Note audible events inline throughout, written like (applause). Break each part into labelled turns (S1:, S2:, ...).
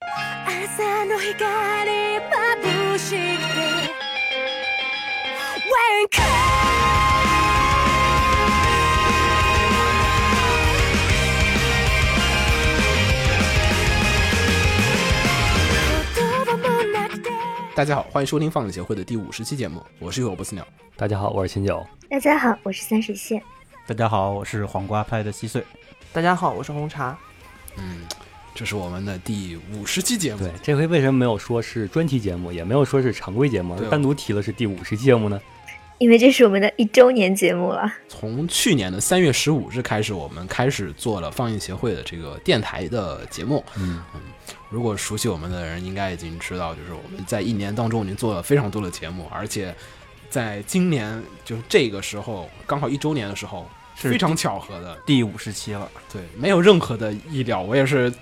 S1: (laughs)
S2: 朝の光まぶしくて Wake up! 言葉もなくて
S3: 大家好，欢迎收听放映协会的第五十期节目，我是有不死鸟。
S4: 大家好，我是秦九。
S1: 大家好，我是三水蟹。
S5: 大家好，我是黄瓜派的稀碎。
S6: 大家好，我是红茶。
S3: 嗯，这是我们的第五十期节目。
S4: 对，这回为什么没有说是专题节目，也没有说是常规节目
S3: 对啊，
S4: 单独提了是第五十期节目呢？
S1: 因为这是我们的一周年节目了，
S3: 从去年的三月十五日开始，我们开始做了放映协会的这个电台的节目。
S4: 嗯，
S3: 如果熟悉我们的人，应该已经知道，就是我们在一年当中已经做了非常多的节目，而且在今年就是这个时候，刚好一周年的时候，
S5: 是
S3: 非常巧合的，
S5: 第五十期了，
S3: 对，没有任何的意料。我也是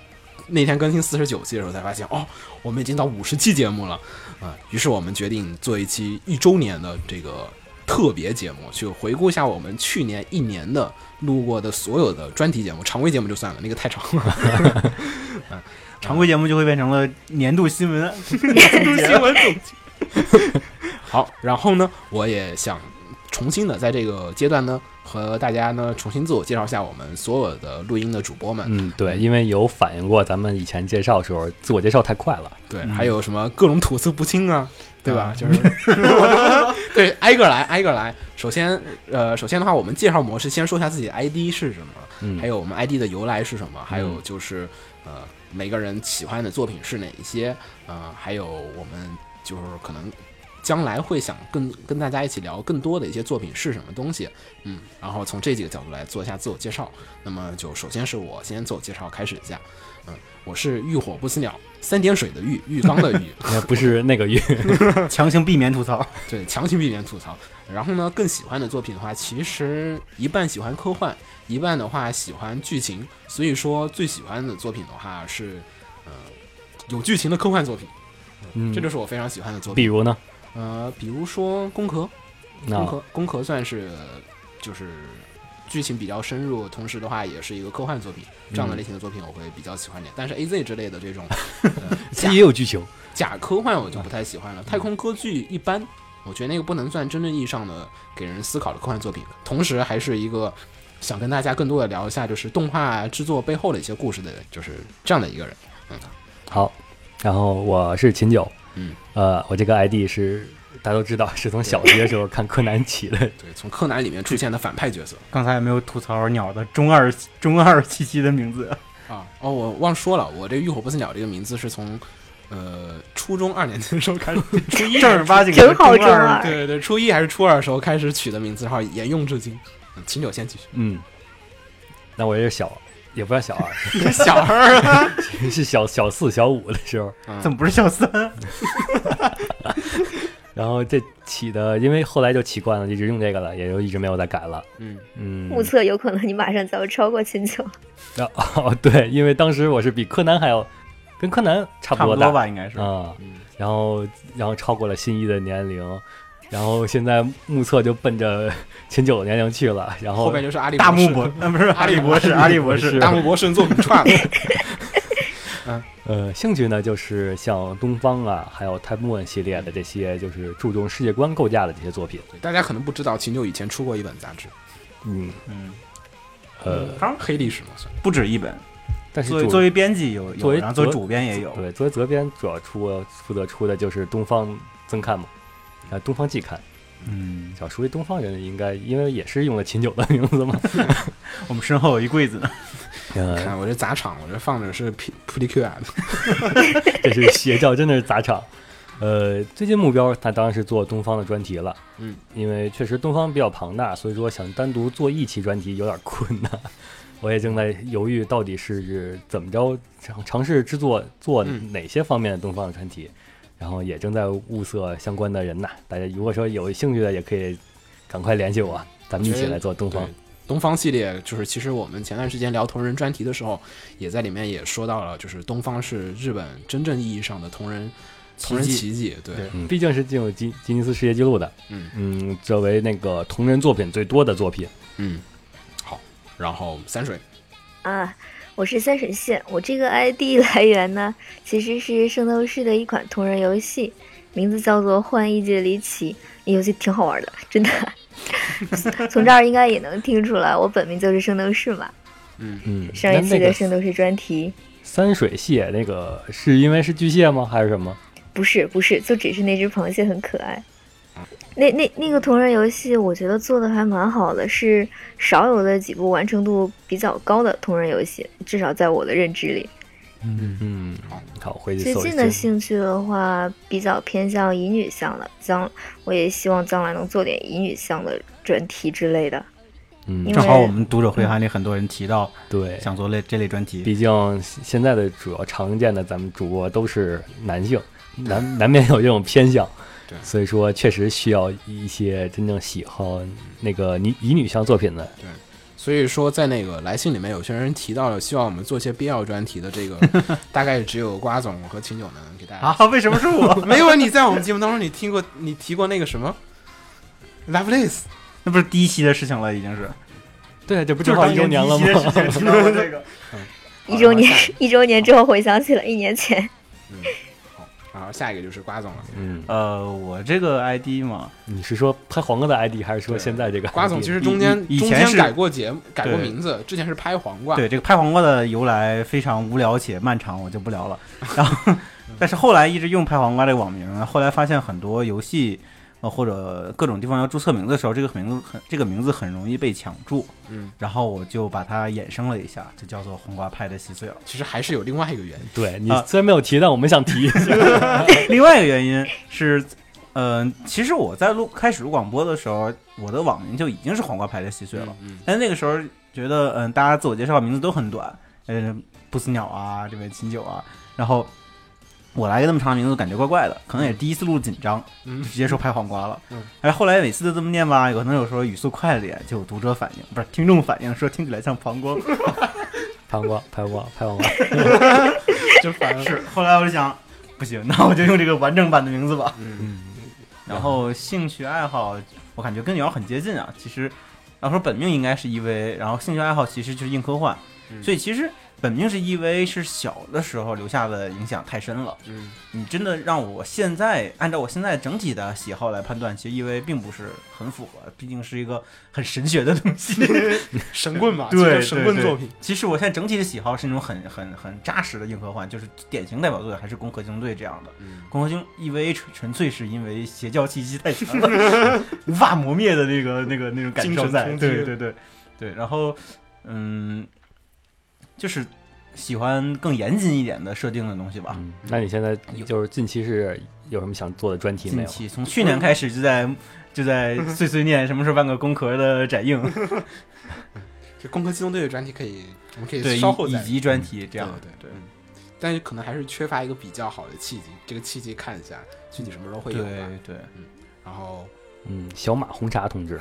S3: 那天更新四十九期的时候才发现，哦，我们已经到五十期节目了啊、于是我们决定做一期一周年的这个特别节目，去回顾一下我们去年一年的录过的所有的专题节目，常规节目就算了，那个太长了。
S5: 常规节目就会变成了年度新闻。
S3: 新闻总结。好，然后呢，我也想重新的在这个阶段呢，和大家呢重新自我介绍一下我们所有的录音的主播们。
S4: 嗯，对，因为有反映过咱们以前介绍的时候，自我介绍太快了。
S3: 对，
S5: 嗯
S3: 还有什么各种吐司不清啊，对吧？就是， (laughs) 对，挨个来，挨个来。首先，呃，首先的话，我们介绍模式先说一下自己的 ID 是什么，
S4: 嗯，
S3: 还有我们 ID 的由来是什么，还有
S4: 嗯
S3: 就是呃，每个人喜欢的作品是哪一些，呃，还有我们就是可能将来会想更跟大家一起聊更多的一些作品是什么东西，嗯，然后从这几个角度来做一下自我介绍。那么就首先是我先自我介绍开始一下，嗯，我是浴火不死鸟，三点水的浴，浴缸
S4: (laughs)
S3: 的浴，
S4: 那不是
S3: (laughs)
S4: 那个月，
S5: 强行避免吐槽。
S3: 对，强行避免吐槽。然后呢，更喜欢的作品的话，其实一半喜欢科幻，一半的话喜欢剧情。所以说，最喜欢的作品的话是，呃，有剧情的科幻作品，
S4: 嗯
S3: 这就是我非常喜欢的作
S4: 比
S3: 品。
S4: 如呢？啊
S3: 呃，比如说《攻壳》，
S4: 那
S3: 攻壳，攻壳算是就是剧情比较深入，同时的话也是一个科幻作品，这
S4: 嗯
S3: 样的类型的作品我会比较喜欢点。但是 A Z 之类的
S4: (laughs)
S3: 这种呃
S4: 这
S3: 假
S4: 也有剧情。
S3: 假科幻我就不太喜欢了，太空歌剧一般，我觉得那个不能算真正意义上的给人思考的科幻作品。同时还是一个想跟大家更多的聊一下，就是动画制作背后的一些故事的，就是这样的一个人。
S4: 好，然后我是秦九。
S3: 嗯，
S4: 呃，我这个 ID 是大家都知道，是从小学的时候看柯南起的。
S3: 对，从柯南里面出现的反派角色
S5: 刚才也没有吐槽鸟的中二中二七七的名字，
S3: 啊，哦，我忘说了，我这浴火不死鸟这个名字是从。呃，初中二年级的时候开始，初一
S5: 正儿八经
S1: 正好
S5: 中
S1: 中二
S3: (laughs) 对对对，初一还是初二的时候开始取的名字，然后沿用至今。嗯秦九先继续，
S4: 嗯，那我也是小，也不算小二，
S3: (laughs) 小孩儿啊，
S4: (laughs) 是小小四、小五的时候。
S3: 嗯
S5: 怎么不是小三？
S4: 然后这起的，因为后来就起惯了，一直用这个了，也就一直没有再改了。
S3: 嗯，
S4: 嗯，
S1: 目测有可能你马上就要超过秦九。
S4: 然后 (laughs) 对，因为当时我是比柯南还要，跟柯南差不
S5: 差不
S4: 多
S5: 多
S4: 大
S5: 吧，应该是。
S4: 啊、
S3: 嗯
S4: 然后然后超过了新一的年龄，然后现在目测就奔着秦九的年龄去了，然后
S3: 后边就是阿里
S5: 哦大
S3: 士
S5: 木博，啊不是
S3: 阿
S5: (laughs) 阿
S3: 笠
S5: 笠
S3: 博
S5: 博
S3: 士
S5: 士，阿笠博士
S4: 是
S3: 大木博士做很 (laughs) 串了。
S4: 呃，兴趣呢就是像东方啊，还有 Time One 系列的这些，就是注重世界观构架的这些作品，
S3: 对大家可能不知道，秦九以前出过一本杂志，
S4: 嗯
S5: 嗯，
S4: 呃，
S3: 黑历史嘛算。
S5: 不止一本。
S4: 但是
S5: 嗯作为
S4: 主
S5: 作为编辑有
S4: 作
S5: 有，
S4: 为
S5: 然后作为
S4: 作为
S5: 主编也有。
S4: 对，作为责编主要出负责出的就是东方增刊嘛，啊，东方季刊。
S5: 嗯，
S4: 小熟悉东方人应该，因为也是用了秦九的名字嘛。
S5: 我们身后有一柜子呢，
S4: 嗯，
S3: 看我这砸场，我这放着是 P P D Q 啊的。
S4: (laughs) 这是邪教，真的是砸场。呃，最近目标那当然是做东方的专题了。
S3: 嗯，
S4: 因为确实东方比较庞大，所以说想单独做一期专题有点困难。 (laughs) 我也正在犹豫，到底是怎么着尝尝试制作做
S3: 嗯
S4: 哪些方面的东方的专题，然后也正在物色相关的人呐。大家如果说有兴趣的，也可以赶快联系我，咱们一
S3: 我觉
S4: 起
S3: 得
S4: 来做东
S3: 对
S4: 方。，
S1: 嗯
S3: 东方系列就是，其实我们前段时间聊同人专题的时候，也在里面也说到了，就是东方是日本真正意义上的同人同人奇迹。对
S5: 对，
S4: 嗯，毕竟是进入吉吉尼斯世界纪录的，
S3: 嗯
S4: 嗯，作为那个同人作品最多的作品，
S3: 嗯，好，然后三水，
S1: 啊，我是三水县，我这个 ID (laughs) 来源呢，其实是《圣斗士》的一款同人游戏，名字叫做《幻异界离奇》，那游戏挺好玩的，真的。从这儿应该也能听出来，我本名就是圣斗士嘛。
S4: 嗯，
S1: 上
S4: 那
S1: 一期
S4: 那
S1: 的
S4: 个
S1: 圣斗士专题，
S4: 三水蟹那个是因为是巨蟹吗？还是什么？
S1: 不是不是，就只是那只螃蟹很可爱。那那那个同人游戏，我觉得做的还蛮好的，是少有的几部完成度比较高的同人游戏，至少在我的认知里。
S4: 嗯，好，回去
S1: 最
S4: 搜一
S1: 近的
S4: 搜。
S1: 兴趣的话，比较偏向乙女向的，将我也希望将来能做点乙女向的专题之类
S3: 哦
S1: 的。
S4: 嗯
S1: 因，为
S5: 正好我们读者会函里很多人提到
S4: 对，
S1: 嗯
S5: 想做类这类专辑，
S4: 毕竟现在的主要常见的咱们主播都是男 (laughs) 性，难难免有这种偏向
S3: 对。
S4: 所以说，确实需要一些真正喜好那个女以女向作品的，
S3: 所以说，在那个来信里面，有些人提到了希望我们做一些必要专题的这个， (laughs) 大概只有瓜总和秦九能给大家。
S5: 啊，为什么
S3: (laughs)
S5: 是我？
S3: 没有啊，你在我们节目当中，你听过你提过那个什么，Lovelace，
S5: 那不是第一期的事情了，已经是，
S4: 对，这不
S5: 就
S4: 正
S5: 是
S4: 好
S5: 当
S4: 一
S5: 年
S4: 周年了
S5: 第一期的
S4: 吗？
S5: 事情听到了这个
S1: 一周年
S3: 好下，
S1: (laughs) 一周年之后回想起了一年前，
S3: 然后啊下一个就是瓜总了。
S4: (laughs) 嗯，
S5: 呃，我这个 ID 嘛，
S4: 你是说拍黄瓜的 ID，还是说
S3: 对
S4: 现在这个 ID？
S3: 瓜总其实中间
S5: 以以
S3: 中
S5: 以前
S3: 间
S5: 是
S3: 改过节目，改过
S5: 对
S3: 名字，之前是拍黄瓜。
S5: 对这个拍黄瓜的由来非常无聊且漫长，我就不聊了。
S4: (laughs)
S5: 然后，但是后来一直用拍黄瓜这个网名，后来发现很多游戏呃或者各种地方要注册名字的时候，这个名字很这个名字很容易被抢注。
S3: 嗯，
S5: 然后我就把它衍生了一下，就叫做黄瓜派的稀碎了。
S4: (laughs)
S3: 其实还是有另外一个原因，
S4: 对你
S5: 啊
S4: 虽然没有提，但我们想提 (laughs) 一下。
S5: 另外一个原因是，嗯、其实我在录开始录广播的时候，我的网名就已经是黄瓜派的稀碎了。
S3: 嗯，
S5: 但是那个时候觉得，嗯、大家自我介绍名字都很短，嗯、不死鸟啊，这边秦九啊，然后我来个那么长的名字，感觉怪怪的，可能也是第一次录紧张，
S3: 嗯
S5: 就直接说拍黄瓜了。
S3: 嗯，
S5: 哎，后来每次都这么念吧，有可能有时候语速快了点，就有读者反应，不是听众反应，说听起来像膀胱，
S4: 拍黄瓜，拍黄瓜，拍黄瓜。
S3: 真 (laughs) 烦。
S5: 是，后来我就想，不行，那我就用这个完整版的名字吧。
S3: 嗯
S5: 然后兴趣爱好，我感觉跟瑶很接近啊。其实，然后说本命应该是 EVA，然后兴趣爱好其实就是硬科幻，
S3: 嗯
S5: 所以其实本命是 EVA 是小的时候留下的影响太深了。
S3: 嗯
S5: 你真的让我现在按照我现在整体的喜好来判断，其实 EVA 并不是很符合，毕竟是一个很神学的东西。 (laughs)
S3: 神棍嘛，
S5: 对
S3: 其实神棍
S5: 对对
S3: 作品。
S5: 其实我现在整体的喜好是那种很很很扎实的硬科幻，就是典型代表作还是《攻壳机动队》这样的。
S3: 嗯
S5: 《攻壳机动 EVA 纯纯粹是因为邪教气息太强
S3: (laughs)
S5: 了，无法磨灭的那个那个那种感受在。
S3: 精神冲击
S5: 对对对对，然后嗯，就是喜欢更严谨一点的设定的东西吧。
S4: 嗯那你现在就是近期是有什么想做的专题没
S5: 近
S4: 有？
S5: 期从去年开始就在就
S3: (laughs)
S5: 在碎碎念什么时候办个工壳的展映，
S3: 这《攻壳机动队》的专题可以，我们可
S5: 对，
S3: 以
S5: 以
S3: 稍后
S5: 以
S3: 再
S5: 及专题这
S3: 对
S5: 样。
S3: 对对。嗯但是可能还是缺乏一个比较好的契机，这个契机看一下具体什么时候会
S5: 对
S3: 有
S5: 对
S3: 吧。
S5: 对，
S3: 然后
S4: 嗯，小马红茶同志，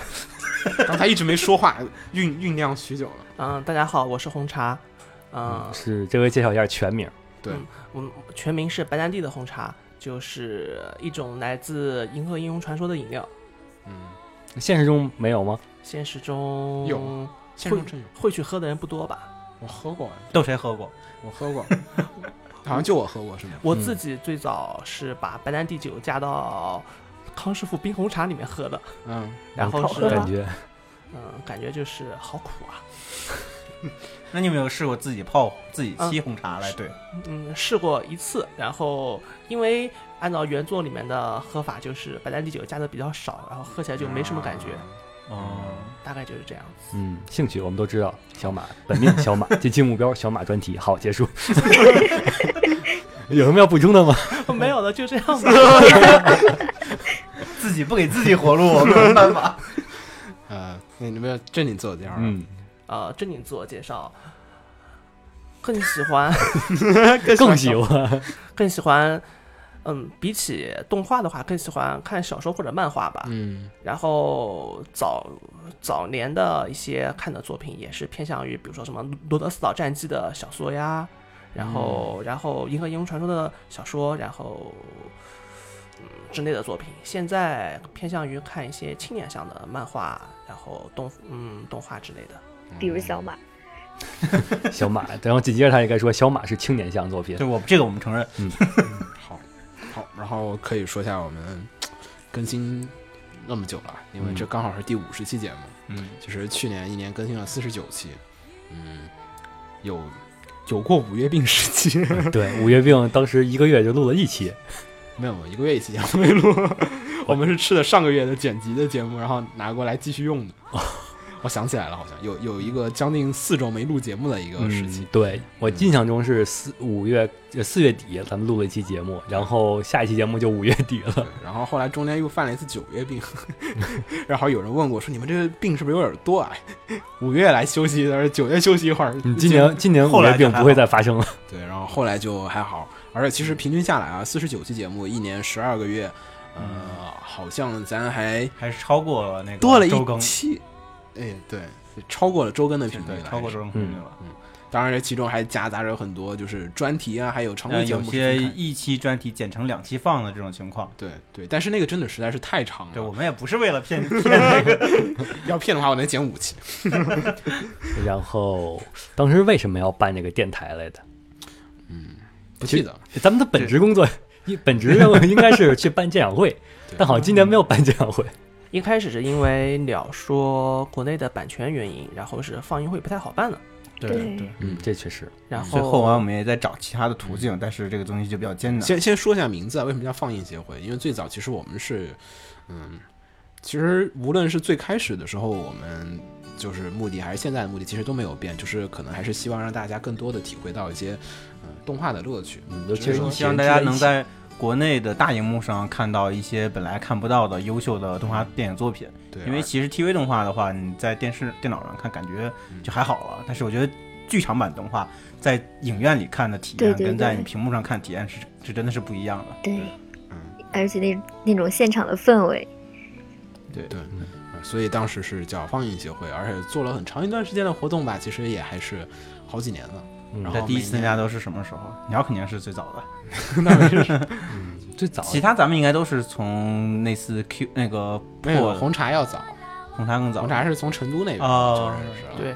S3: 刚才一直没说话，酝酝酿许久了。
S6: 嗯、大家好，我是红茶。嗯、
S4: 是这回介绍一下全名。
S3: 对，
S6: 我全名是白兰地的红茶，就是一种来自《银河英雄传说》的饮料。
S3: 嗯，
S4: 现实中没有吗？
S6: 现实中
S3: 有现实中真有，
S6: 会去喝的人不多吧？
S3: 我喝 (laughs) 过，
S5: 都谁喝过？
S3: 我喝过，好像就我喝过是吗？
S6: 我自己最早是把白兰地酒加到康师傅冰红茶里面喝的，
S3: 嗯，
S6: 然后
S4: 我
S6: 是
S1: 喝
S4: 感觉
S6: 嗯，感觉就是好苦啊。
S5: 那你有没有试过自己泡自己
S6: 嗯
S5: 沏红茶来？对，
S6: 嗯，试过一次，然后因为按照原作里面的喝法，就是白兰地酒加的比较少，然后喝起来就没什么感觉，
S5: 哦。
S6: 大概就是这样子。
S4: 嗯，兴趣我们都知道，小马本命小马，近期目标小马专题，好结束。 (laughs) 有什么要补充的吗？
S6: (laughs) 没有了，就这样吧。
S5: 自己不给自己活路，我没有办
S3: (laughs)
S5: 法。
S3: 呃，那你们正经自我介绍啊吧，
S4: 嗯，
S6: 呃，正经自我介绍，更喜欢 (laughs)
S4: 更喜欢。
S6: 更喜欢，嗯，比起动画的话，更喜欢看小说或者漫画吧。
S3: 嗯
S6: 然后早早年的一些看的作品也是偏向于，比如说什么《罗德斯岛战记》的小说呀，然后、然后《银河英雄传说》的小说，然后嗯之类的作品。现在偏向于看一些青年向的漫画，然后动嗯动画之类的。
S1: 比如小马。
S4: 小马，然后紧接着他也该说小马是青年向作品
S5: 对，我这个我们承认，
S3: 好，好，然后可以说一下我们更新那么久了，因为这刚好是第五十期节目，
S5: 嗯，
S3: 就是去年一年更新了四十九期，嗯，有有过五月病时期，
S4: 对，五月病当时一个月就录了一期，
S3: (laughs) 没有一个月一期节目没 (laughs) 录，我们是吃的上个月的剪辑的节目，然后拿过来继续 (laughs) 用的。我想起来了，好像有有一个将近四周没录节目的一个时期
S4: 嗯，，对我印象中是四五月呃四月底咱们录了一期节目，然后下一期节目就五月底了
S3: 对。然后后来中间又犯了一次九月病， (laughs) 然后有人问过说你们这个病是不是有点多啊？ (laughs) 五月来休息一段，九月休息一会儿。
S4: 嗯，今年今年
S5: 后
S4: 五
S5: 来
S4: 月
S5: 就
S4: 病
S5: 还
S4: 不会
S5: 好
S4: 再发生了。 (laughs)
S3: 对，然后后来就还好，而且其实平均下来啊，四十九期节目，一年十二个月，呃，好像咱还
S5: 还是超过那个
S3: 多了
S5: 嗯周更
S3: 一，期，哎，对，超过了周更的频率
S5: 对，
S3: 了，
S5: 超过周更频率了。
S3: 当然，这其中还夹杂着很多就是专题啊，还有常
S5: 呃，
S3: 规节
S5: 有
S3: 目是
S5: 些
S3: 分开的。
S5: 一期专题剪成两期放的这种情况，
S3: 对对，但是那个真的实在是太长
S5: 对我
S3: 了，
S5: 们也不是为了骗骗 (laughs) 那个，
S3: 要骗的话我能剪五期。
S4: 然后当时为什么要办这个电台来的？
S3: 不记得了，
S4: 咱们的本职工作，一本职任务应该是去办鉴赏会，
S3: 对
S4: 但好像今年没有办鉴赏会。
S6: 一开始是因为鸟说国内的版权原因，然后是放映会不太好办了，
S1: 对
S5: 对。
S4: 嗯，这确实，
S6: 然后
S5: 所以后啊来我们也在找其他的途径，但是这个东西就比较艰难。
S3: 先先说一下名字啊，为什么叫放映协会？因为最早其实我们是，嗯，其实无论是最开始的时候，我们就是目的还是现在的目的，其实都没有变，就是可能还是希望让大家更多的体会到一些，嗯，动画的乐趣。
S4: 嗯，
S3: 就
S4: 尤其
S3: 是
S4: 是
S3: 说
S4: 以
S5: 希望
S4: 前
S5: 大家
S4: 之
S5: 能
S4: 前
S5: 在国内的大荧幕上看到一些本来看不到的优秀的动画电影作品。
S3: 对，
S5: 因为
S3: 而
S5: 其实 TV 动画的话，你在电视、电脑上看感觉就还好了，但是我觉得剧场版动画在影院里看的体
S1: 对
S5: 验
S1: 对
S5: 跟在
S1: 对
S5: 你屏幕上看体验是是真的是不一样的。
S1: 对，
S3: 嗯
S1: 而且那那种现场的氛围，
S3: 对，嗯所以当时是叫放映协会，而且做了很长一段时间的活动吧，其实也还是好几年了。然
S4: 嗯
S5: 在
S3: 后
S5: 第一
S3: 每
S5: 次参
S3: 年
S5: 加都是什么时候？鸟肯定是最早的，
S4: (laughs)
S3: 嗯
S4: 最早
S5: 其他咱们应该都是从那次 Q 那个
S3: 没有
S5: 破
S3: 红茶要早，
S5: 红茶更早，
S3: 红茶是从成都那边就
S5: 哦
S3: 认识了。
S6: 对，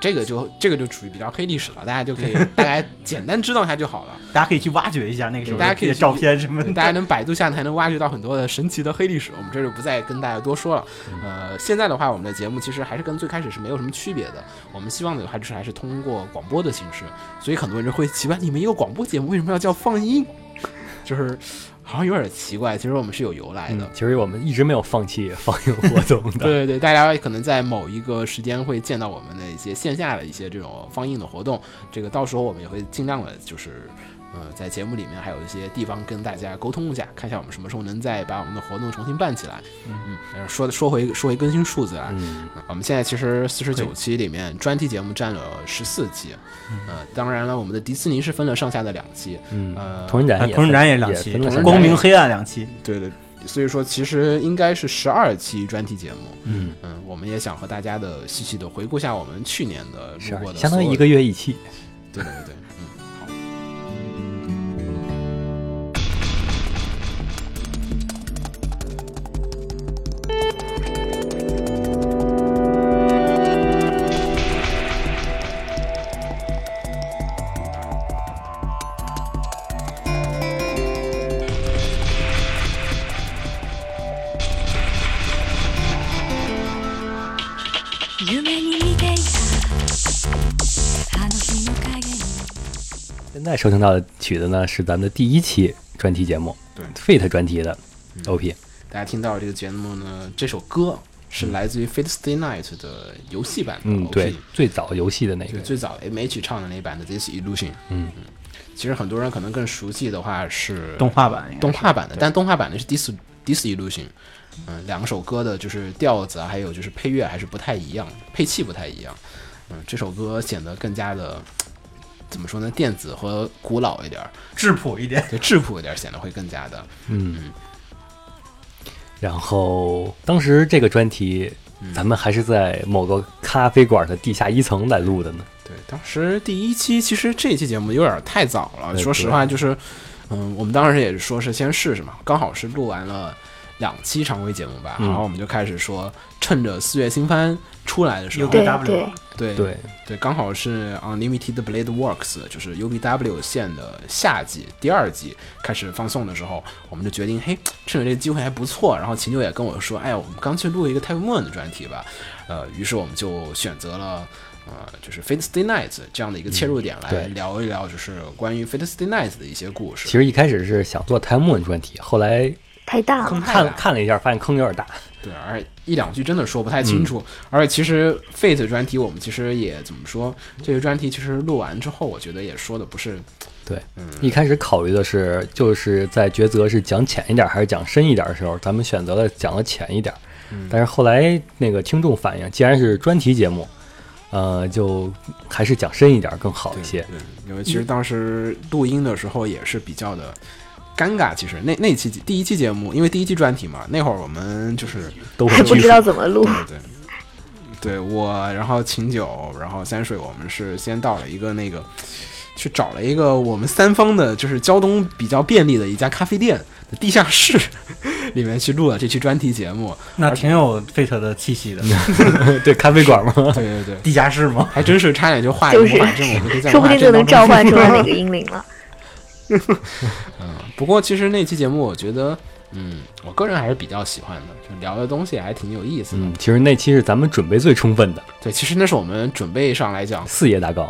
S3: 这个就这个就属于比较黑历史了，大家就
S5: (laughs)
S3: 可以大概简单知道一下就好了。
S5: 大家可以去挖掘一下那个时候
S3: 大家可以
S5: 的
S3: 去
S5: 照片什么的。
S3: 大家能百度下才能挖掘到很多的神奇的黑历史，我们这就不再跟大家多说了。呃，现在的话，我们的节目其实还是跟最开始是没有什么区别的。我们希望的还是还是通过广播的形式，所以很多人就会奇怪，你们一个广播节目为什么要叫放音？ (laughs) 就是好像有点奇怪。其实我们是有由来的
S4: 嗯。，其实我们一直没有放弃放映活动的。
S3: 对对对，大家可能在某一个时间会见到我们的一些线下的一些这种放映的活动，这个到时候我们也会尽量的，就是呃，在节目里面还有一些地方跟大家沟通一下，看一下我们什么时候能再把我们的活动重新办起来。嗯嗯，说说回说回更新数字啊，
S4: 嗯，
S3: 我们现在其实四十九期里面，呃专题节目占了十四期，呃，当然了，我们的迪士尼是分了上下的两期，
S4: 嗯
S3: 呃，
S4: 同人
S5: 啊
S4: 展也
S5: 同人展也
S4: 分
S5: 两
S4: 也
S5: 期，
S4: 分了三
S5: 光
S4: 展
S5: 明黑暗两期，
S3: 对对，所以说其实应该是十二期专题节目。
S4: 嗯
S3: 嗯，我们也想和大家的细细的回顾下我们去年的
S4: 是啊
S3: 录过的，
S4: 相当于一个。月一期。
S3: 对对对，嗯，好。
S2: 夢に見ていたあの日の影に
S4: 现在收听到的曲子呢，是咱们的第一期专题节目，
S3: 对嗯
S4: ，Fit 专题的 OP，
S3: 大家听到这个节目呢，这首歌是来自于《Fate Stay Night》的游戏版的 OP，
S4: 嗯，对，最早游戏的那
S3: 就
S4: 个
S3: 最早 M H 唱的那版的《This Illusion》。
S4: 嗯
S3: 其实很多人可能更熟悉的话是
S5: 动画版应该是
S3: 动画版的，但动画版的是《This This Illusion》。嗯，两首歌的就是调子啊，还有就是配乐还是不太一样，配器不太一样。嗯，这首歌显得更加的怎么说呢，电子和古老一点儿，
S5: 质朴一点。
S3: 对质朴一点，显得会更加的。
S4: 嗯。然后当时这个专题，
S3: 嗯
S4: 咱们还是在某个咖啡馆的地下一层来录的呢。
S3: 对，当时第一期其实这期节目有点太早了，
S4: 对
S3: 说实话就是，嗯，我们当时也是说是先试试嘛，刚好是录完了。两期常规节目吧，
S4: 嗯
S3: 然后我们就开始说，趁着四月新番出来的时候，
S1: 对
S5: UBW
S1: 对，
S3: 对
S4: 对，
S3: 对，刚好是 Unlimited Blade Works，就是 UBW 线的夏季第二季开始放送的时候，我们就决定，嘿，趁着这个机会还不错。然后秦九也跟我说，哎呀，我们干脆录一个 Type Moon 的专题吧。呃，于是我们就选择了。呃，就是 Fate Stay Night 这样的一个切入点来
S4: 嗯对
S3: 聊一聊，就是关于 Fate Stay Night 的一些故事。
S4: 其实一开始是想做 Time Moon 专题，后来
S1: 太大了。
S3: 坑太大
S4: 看
S3: 了
S4: 看了一下，发现坑有点大。
S3: 对，而且一两句真的说不太清
S4: 嗯
S3: 楚。而且其实 Fate 专题，我们其实也怎么说，这个专题其实录完之后，我觉得也说的不是
S4: 对，一开始考虑的是，就是在抉择是讲浅一点还是讲深一点的时候，咱们选择了讲的浅一点。但是后来那个听众反映，既然是专题节目，呃，就还是讲深一点更好一些。
S3: 对，因为其实当时录音的时候也是比较的尴尬。其实那那期第一期节目，因为第一期专题嘛，那会儿我们
S1: (laughs)
S3: 就是
S4: 都
S1: 还
S4: 会
S1: 不
S4: 去
S1: 知道怎么录
S3: 对，对对，对我，然后秦九，然后三水，我们是先到了一个那个。去找了一个我们三方的，就是交通比较便利的一家咖啡店的地下室里面去录了这期专题节目。
S5: 那挺有 Fate 的气
S3: (laughs)
S5: 息的，
S4: (laughs) 对咖啡馆嘛，
S3: 对对对，
S5: 地下室吗？
S3: 还真是差点就画一
S1: 就
S3: 个
S1: 是
S3: 模板阵，我们可以在
S1: 说不
S3: 模板
S1: 定就
S3: 阵当中
S1: 能召唤出
S3: (laughs)
S1: 来哪个英灵了。
S3: 不过其实那期节目，我觉得，嗯，我个人还是比较喜欢的，就聊的东西还挺有意思的。
S4: 嗯，其实那期是咱们准备最充分的，
S3: 对，其实那是我们准备上来讲
S4: 四页大纲。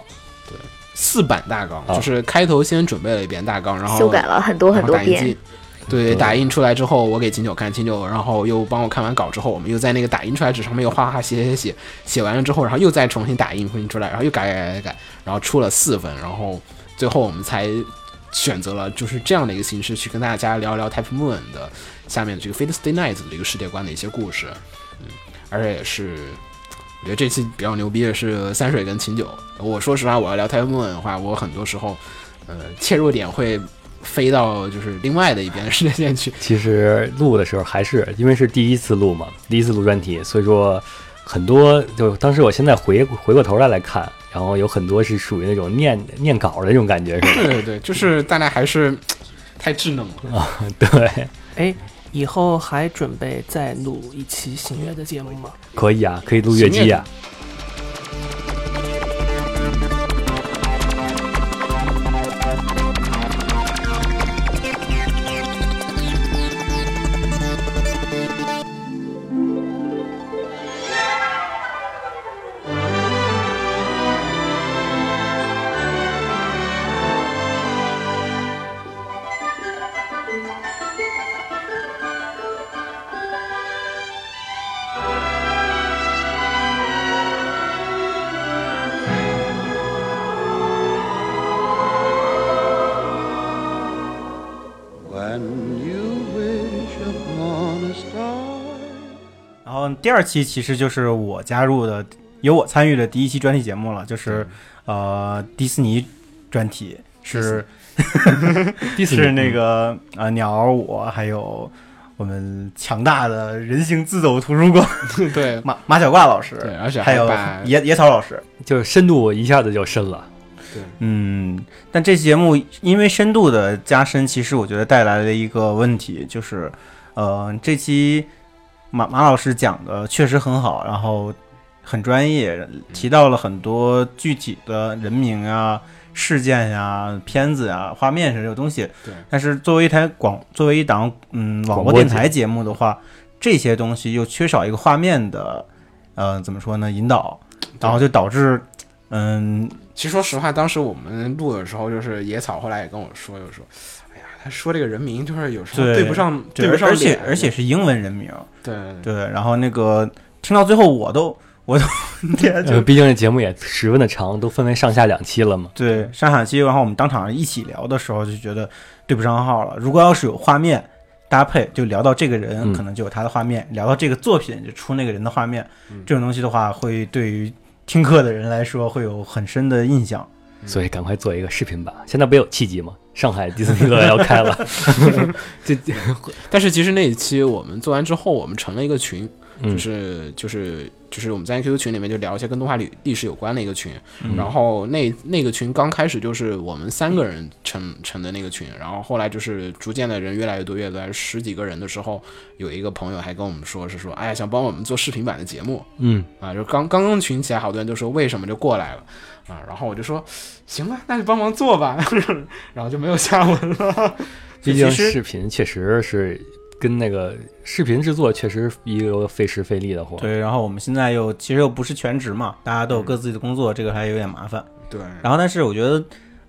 S3: 四版大纲，
S4: 啊
S3: 就是开头先准备了一遍大纲，然后
S1: 修改了很多
S3: 然后
S1: 很多
S3: 打印
S1: 遍
S3: 机，。对，
S4: 对
S3: 打印出来之后，我给秦九看，秦九，然后又帮我看完稿之后，我们又在那个打印出来纸上面又哗哗写写写，写完了之后，然后又再重新打印复印出来，然后又改改改改改，然后出了四份，然后最后我们才选择了就是这样的一个形式去跟大家聊聊 Type Moon 的下面的这个 Fate Stay Night 的一个世界观的一些故事，嗯，而且也是我觉得这期比较牛逼的是三水跟秦九。我说实话，我要聊 Type Moon 的话，我很多时候，呃，切入点会飞到就是另外的一边 (laughs) 世界线去。
S4: 其实录的时候还是因为是第一次录嘛，第一次录专题，所以说很多就当时我现在回回过头来来看，然后有很多是属于那种念念稿的那种感觉，是吧？ (laughs)
S3: 对对对，就是大家还是太稚嫩了。
S4: 对，
S6: 哎，以后还准备再录一期行乐的节目吗？
S4: 可以啊，可以录月姬啊。
S7: When you wish upon a star.
S5: 然后第二期其实就是我加入的，由我参与的第一期专题节目了，就是呃迪士尼专题，是 (laughs)
S4: 第四
S5: 是那个呃鸟儿我还有我们强大的人形自走图书馆
S3: (laughs) 对
S5: 马马小挂老师，
S3: 对，而且
S5: 还有
S3: 把
S5: 野野草老师，
S4: 就是深度一下子就深了。
S5: 嗯，但这期节目因为深度的加深，其实我觉得带来了一个问题，就是，呃，这期马马老师讲的确实很好，然后很专业，提到了很多具体的人名啊、事件呀、片子啊、画面这种东西。
S3: 对
S5: 但是作为一台广，作为一档嗯
S4: 广
S5: 网
S4: 播
S5: 播电
S4: 节
S5: 台节目的话，这些东西又缺少一个画面的，呃，怎么说呢？引导，然后就导致，嗯，
S3: 其实说实话，当时我们录的时候，就是野草后来也跟我说，就说，哎呀，他说这个人名就是有时候
S5: 对
S3: 对不上，
S5: 对，
S3: 不上
S5: 而且
S3: 脸
S5: 而且是英文人名，
S3: 对对对
S5: 对。然后那个听到最后，我都我都天
S4: 呃，
S5: 就
S4: 毕竟这节目也十分的长，都分为上下两期了嘛。
S5: 对上下期，然后我们当场一起聊的时候，就觉得对不上号了。如果要是有画面搭配，就聊到这个人，
S4: 嗯
S5: 可能就有他的画面；聊到这个作品，就出那个人的画面。这种东西的话，会对于听课的人来说会有很深的印象。
S4: 所以赶快做一个视频版。现在不也有契机吗？上海迪士尼乐园要开了，这
S3: 但是其实那一期我们做完之后，我们成了一个群，
S4: 嗯
S3: 就是就是就是我们在 QQ 群里面就聊一些跟动画历历史有关的一个群，然后那那个群刚开始就是我们三个人成成的那个群，然后后来就是逐渐的人越来越多，越来越十几个人的时候，有一个朋友还跟我们说是说，哎呀，想帮我们做视频版的节目，
S4: 嗯，
S3: 啊，就刚刚刚群起来，好多人就说为什么就过来了啊，然后我就说行吧，那就帮忙做吧， (laughs) 然后就没有下文了。
S4: 毕
S3: 就
S4: 竟
S3: 其实
S4: 视频确实是跟那个视频制作确实一个费时费力的活。，
S5: 对，然后我们现在又其实又不是全职嘛，大家都有各自的工作，这个还有点麻烦。
S3: 对，
S5: 然后，但是我觉得，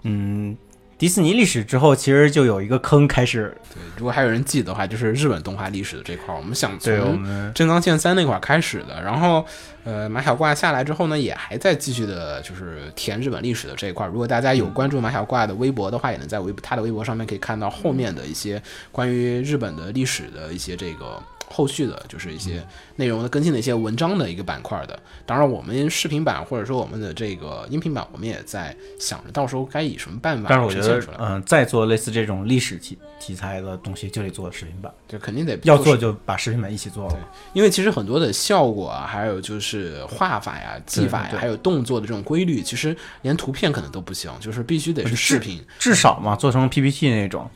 S5: 嗯，迪士尼历史之后，其实就有一个坑开始，
S3: 对，如果还有人记得的话，就是日本动画历史的这块儿，我们想
S5: 对我
S3: 从
S5: 们
S3: 正冈健三那块儿开始的，然后呃马小挂下来之后呢，也还在继续的就是填日本历史的这一块儿。如果大家有关注马小挂的微博的话，也能在微他的微博上面可以看到后面的一些关于日本的历史的一些这个后续的，就是一些内容的更新的一些文章的一个板块的。当然，我们视频版或者说我们的这个音频版，我们也在想着到时候该以什么办法
S5: 但是我觉
S3: 呈
S5: 得
S3: 现出，来。
S5: 嗯，再做类似这种历史题题材的东西，就得做视频版，
S3: 就肯定得
S5: 要做就把视频版一起做了。
S3: 因为其实很多的效果啊，还有就是画法呀、技法呀
S5: 对，对
S3: 还有动作的这种规律，其实连图片可能都不行，就是必须得是视频。
S5: 至少嘛，做成 PPT 那种，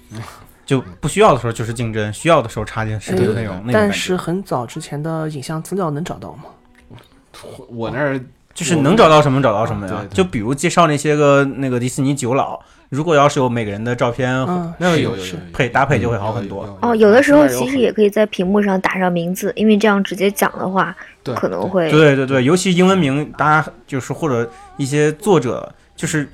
S5: 就不需要的时候就是竞争，需要的时候插进视频内容。那种感
S6: 嗯但
S5: 觉
S6: 是很早之前的影像资料能找到吗？
S3: 我我那儿
S5: 就是能找到什么找到什么
S3: 对
S5: 呀
S3: 对。
S5: 就比如介绍那些个那个迪士尼九老，如果要是有每个人的照片
S6: 嗯，
S3: 那个
S6: 是
S3: 有有嗯有
S6: 是
S3: 有
S5: 配搭配，就会好很多。
S1: 哦，有的时候
S3: 这边有
S1: 其实
S3: 很
S1: 也可以在屏幕上打上名字，因为这样直接讲的话，
S3: 对
S1: 可能会
S5: 对对对，尤其英文名，大家就是或者一些作者，就是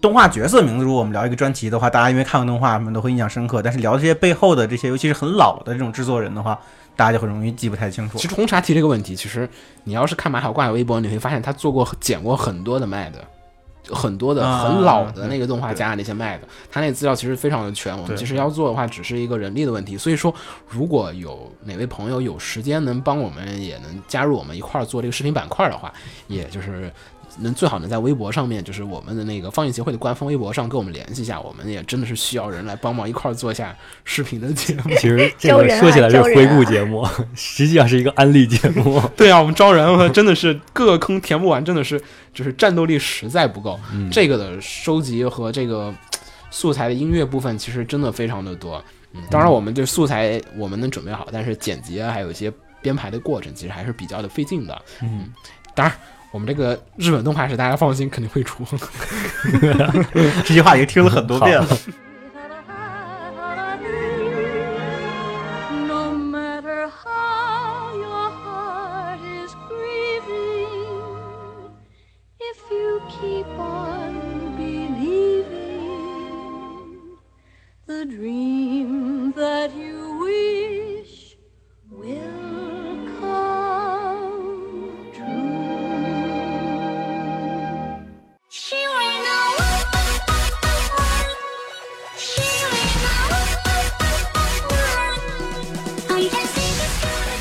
S5: 动画角色名字。如果我们聊一个专题的话，大家因为看过动画，什么都会印象深刻。但是聊这些背后的这些，尤其是很老的这种制作人的话，大家就很容易记不太清楚
S3: 其。实红茶提这个问题，其实你要是看马小挂的微博，你会发现他做过剪过很多的麦的。很多的
S5: 啊
S3: 很老的那个动画家那些卖的，他那资料其实非常的全。我们
S5: 对
S3: 其实要做的话，只是一个人力的问题。所以说，如果有哪位朋友有时间能帮我们，也能加入我们一块儿做这个视频板块的话，也就是能最好能在微博上面，就是我们的那个放映协会的官方微博上跟我们联系一下。我们也真的是需要人来帮忙一块儿做一下视频的节目。
S4: 其实这个说起来是回顾节目， (laughs) 实际上是一个安利节目。
S3: (laughs) 对啊，我们招人，我真的是各个坑填不完，真的是就是战斗力实在不够。这个的收集和这个嘖素材的音乐部分，其实真的非常的多。嗯，当然我们对素材我们能准备好，但是剪辑啊，还有一些编排的过程，其实还是比较的费劲的。嗯，当然。我们这个日本动画是大家放心，肯定会出。
S5: 这句话已经听了很多遍了。
S2: No matter how your heart is grieving, if you keep on believing, the dream that you wish will come true. She ran away. She ran away. All you can see is color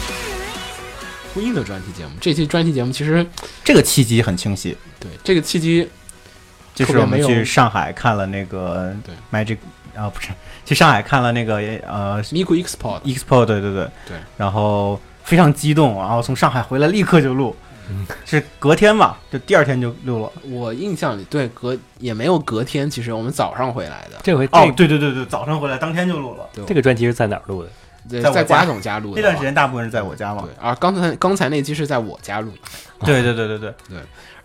S3: 呼应的专题节目，这期专题节目其实
S5: (laughs) 这个契机很清晰，
S3: 对这个契机，
S5: 就是
S3: 特别
S5: 我们
S3: 没有
S5: 去上海看了那个
S3: 对
S5: Magic 啊，不是去上海看了那个呃
S3: Miku Export
S5: Expo，对对对
S3: 对，
S5: 然后非常激动，然后从上海回来立刻就录，是隔天吧，就第二天就录了。
S3: 我印象里对隔也没有隔天，其实我们早上回来的，
S4: 这回这、
S5: 哦，对对对对，早上回来当天就录了。
S3: 对
S4: 这个专题是在哪儿录的？
S3: 对
S5: 在我
S3: 在
S5: 家
S3: 瓜总家录的
S5: 那段
S3: 话
S5: 时间大部分是在我家嘛
S3: 对。啊，刚才刚才那期是在我家录的，
S5: 对对对对对，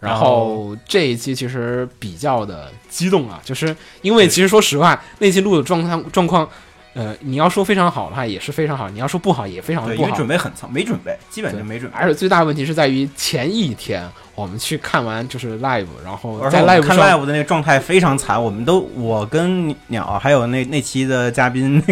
S3: 然
S5: 然
S3: 后这一期其实比较的激动啊，就是因为其实说实话，那期录的状况状况，呃，你要说非常好的话也是非常好，你要说不好也非常的
S5: 对，
S3: 不
S5: 因为
S3: 好
S5: 准。备很仓，没准备，基本就没准备。
S3: 而且最大的问题是在于前一天我们去看完就是 live，然后
S5: 而
S3: 在
S5: 且我们
S3: live
S5: 看
S3: 上
S5: live 的那个状态非常惨，我们都我跟鸟还有那那期的嘉宾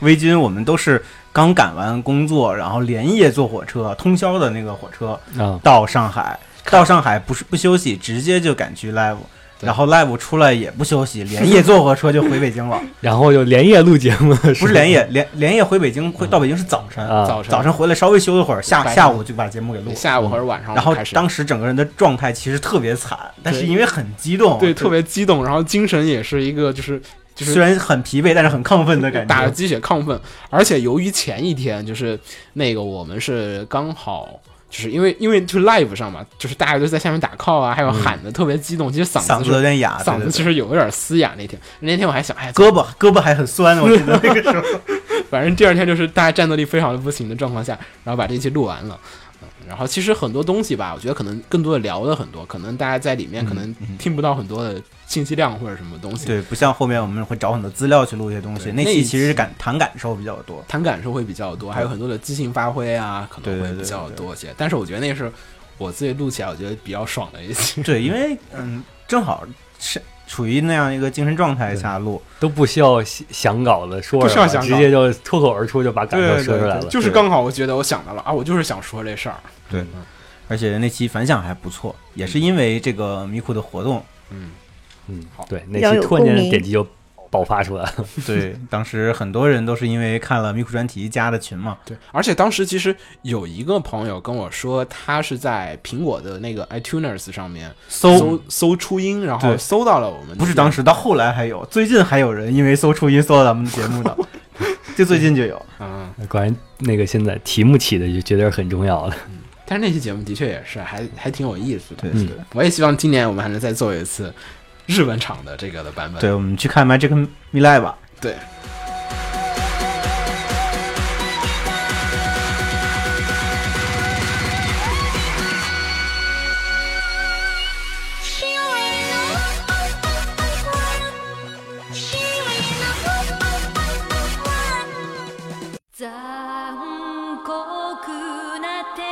S5: 微君，我们都是刚赶完工作，然后连夜坐火车，通宵的那个火车
S4: 啊，
S5: 到上海，到上海不是不休息，直接就赶去 live，
S3: 对
S5: 然后 live 出来也不休息，连夜坐火车就回北
S3: (laughs)
S5: 京了，
S4: 然后就连夜录节目，
S5: 不是连夜连连夜回北京，回到北京是早晨，
S4: 啊，
S3: 早晨
S5: 早上回来稍微休了会儿，下
S3: 哦白天
S5: 下午就把节目给录
S3: 对
S5: 了。
S3: 下午还是晚上
S5: 然后
S3: 开始，
S5: 当时整个人的状态其实特别惨，但是因为很激动，
S3: 对
S5: 就
S3: 特别激动，然后精神也是一个就是就是
S5: 虽然很疲惫，但是很亢奋的感
S3: 打了
S5: 觉。
S3: 鸡血亢奋，而且由于前一天就是那个我们是刚好。就是因为因为就是 live 上嘛，就是大家都在下面打 call 啊，还有喊的特别激动，其实
S5: 嗯嗓
S3: 嗓
S5: 子有
S3: 是
S5: 点哑，对
S3: 嗓子
S5: 对对
S3: 其实有点嘶哑。那天那天我还想，哎，
S5: 胳膊胳膊还很酸，我
S3: (laughs)
S5: 记得那个时候。
S3: 反正第二天就是大家战斗力非常的不行的状况下，然后把这期录完了。嗯，然后其实很多东西吧，我觉得可能更多的聊了很多，可能大家在里面可能
S5: 嗯
S3: 听不到很多的信息量或者什么东西，
S5: 对，不像后面我们会找很多资料去录一些东西，
S3: 对
S5: 那
S3: 那一
S5: 期
S3: 期
S5: 其实是感谈感受比较多。
S3: 谈感受会比较多，还有很多的即兴发挥啊，可能
S5: 对对
S3: 会
S5: 对
S3: 比较
S5: 对
S3: 多一些。但是我觉得那是我自己录起来我觉得比较爽的一期。
S5: 对，因为嗯，正好是处于那样一个精神状态下录，
S4: 都不需要想想稿子说
S3: 不
S4: 什么，
S3: 需要想稿
S4: 直接就脱口而出就把感受说出来了。
S3: (laughs) 就是刚好我觉得我想到了啊，我就是想说这事儿。
S5: 而且那期反响还不错，也是因为这个迷糊的活动，
S3: 嗯，
S4: 嗯
S3: 好，
S4: 对，那
S1: 比较
S4: 期
S1: 有
S4: 突然
S1: 共
S4: 间
S1: 鸣
S4: 点击就爆发出来了。
S5: (laughs) 对，当时很多人都是因为看了迷糊专题加的群嘛，
S3: 对。而且当时其实有一个朋友跟我说，他是在苹果的那个 iTunes 上面搜
S5: 搜
S3: 搜初音，然后
S5: 对
S3: 搜到了我们。
S5: 不是当，时，到后来还有，最近还有人因为搜初音搜到咱们的节目 (laughs) 呢，就最近就有。
S3: 嗯，
S4: 果然，那个现在题目起的就觉得很重要了。
S3: 但是那期节目的确也是还还挺有意思的。
S5: 对
S4: 嗯
S3: 我也希望今年我们还能再做一次日本场的这个的版本。
S5: 对，我们去看 Magic m i l i 吧。
S3: 对。
S2: 残酷な天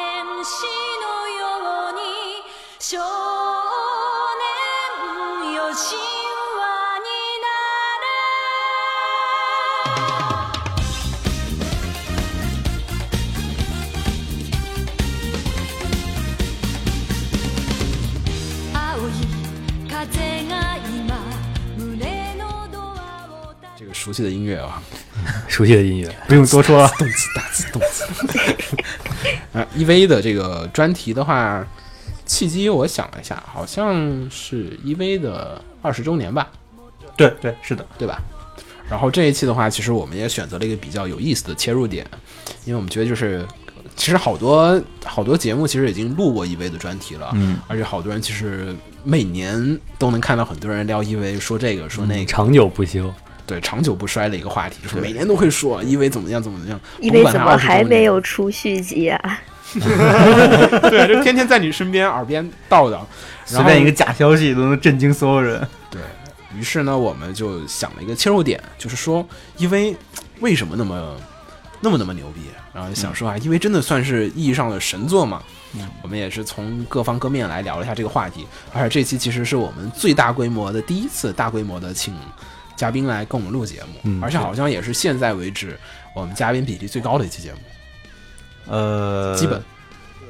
S2: 使のように少年よ神話になれ青い風が今胸のドアを叩く
S3: 这个熟悉的音乐啊，
S4: 熟悉的音乐，
S3: (laughs)
S5: 不用多说了，
S3: 动次打次动次。啊，E V 的这个专题的话，契机我想了一下，好像是 E V 的二十周年吧，
S5: 对对是的，
S3: 对吧？然后这一期的话，其实我们也选择了一个比较有意思的切入点，因为我们觉得就是，其实好多好多节目其实已经录过 E V 的专题了，
S5: 嗯，
S3: 而且好多人其实每年都能看到很多人聊 E V，说这个说那个，
S4: 长久不休。
S3: 对，长久不衰的一个话题，就是每年都会说 E V 怎么样怎么样，
S1: 因
S3: 不
S1: 为
S3: 管
S1: 怎
S3: 它
S1: 么
S3: 20
S1: 还
S3: 周
S1: 没
S3: 年
S1: 有出续集啊？
S3: 对，就天天在你身边耳边叨叨。
S5: 随便一个假消息都能震惊所有人。
S3: 于是呢，我们就想了一个切入点，就是说，因为为什么那么那么那么牛逼？然后就想说啊，因为真的算是意义上的神作嘛。
S5: 嗯
S3: 我们也是从各方各面来聊了一下这个话题，而且这期其实是我们最大规模的第一次大规模的请嘉宾来跟我们录节目，
S4: 嗯
S3: 而且好像也是现在为止我们嘉宾比例最高的一期节目，
S5: 呃，
S3: 基本。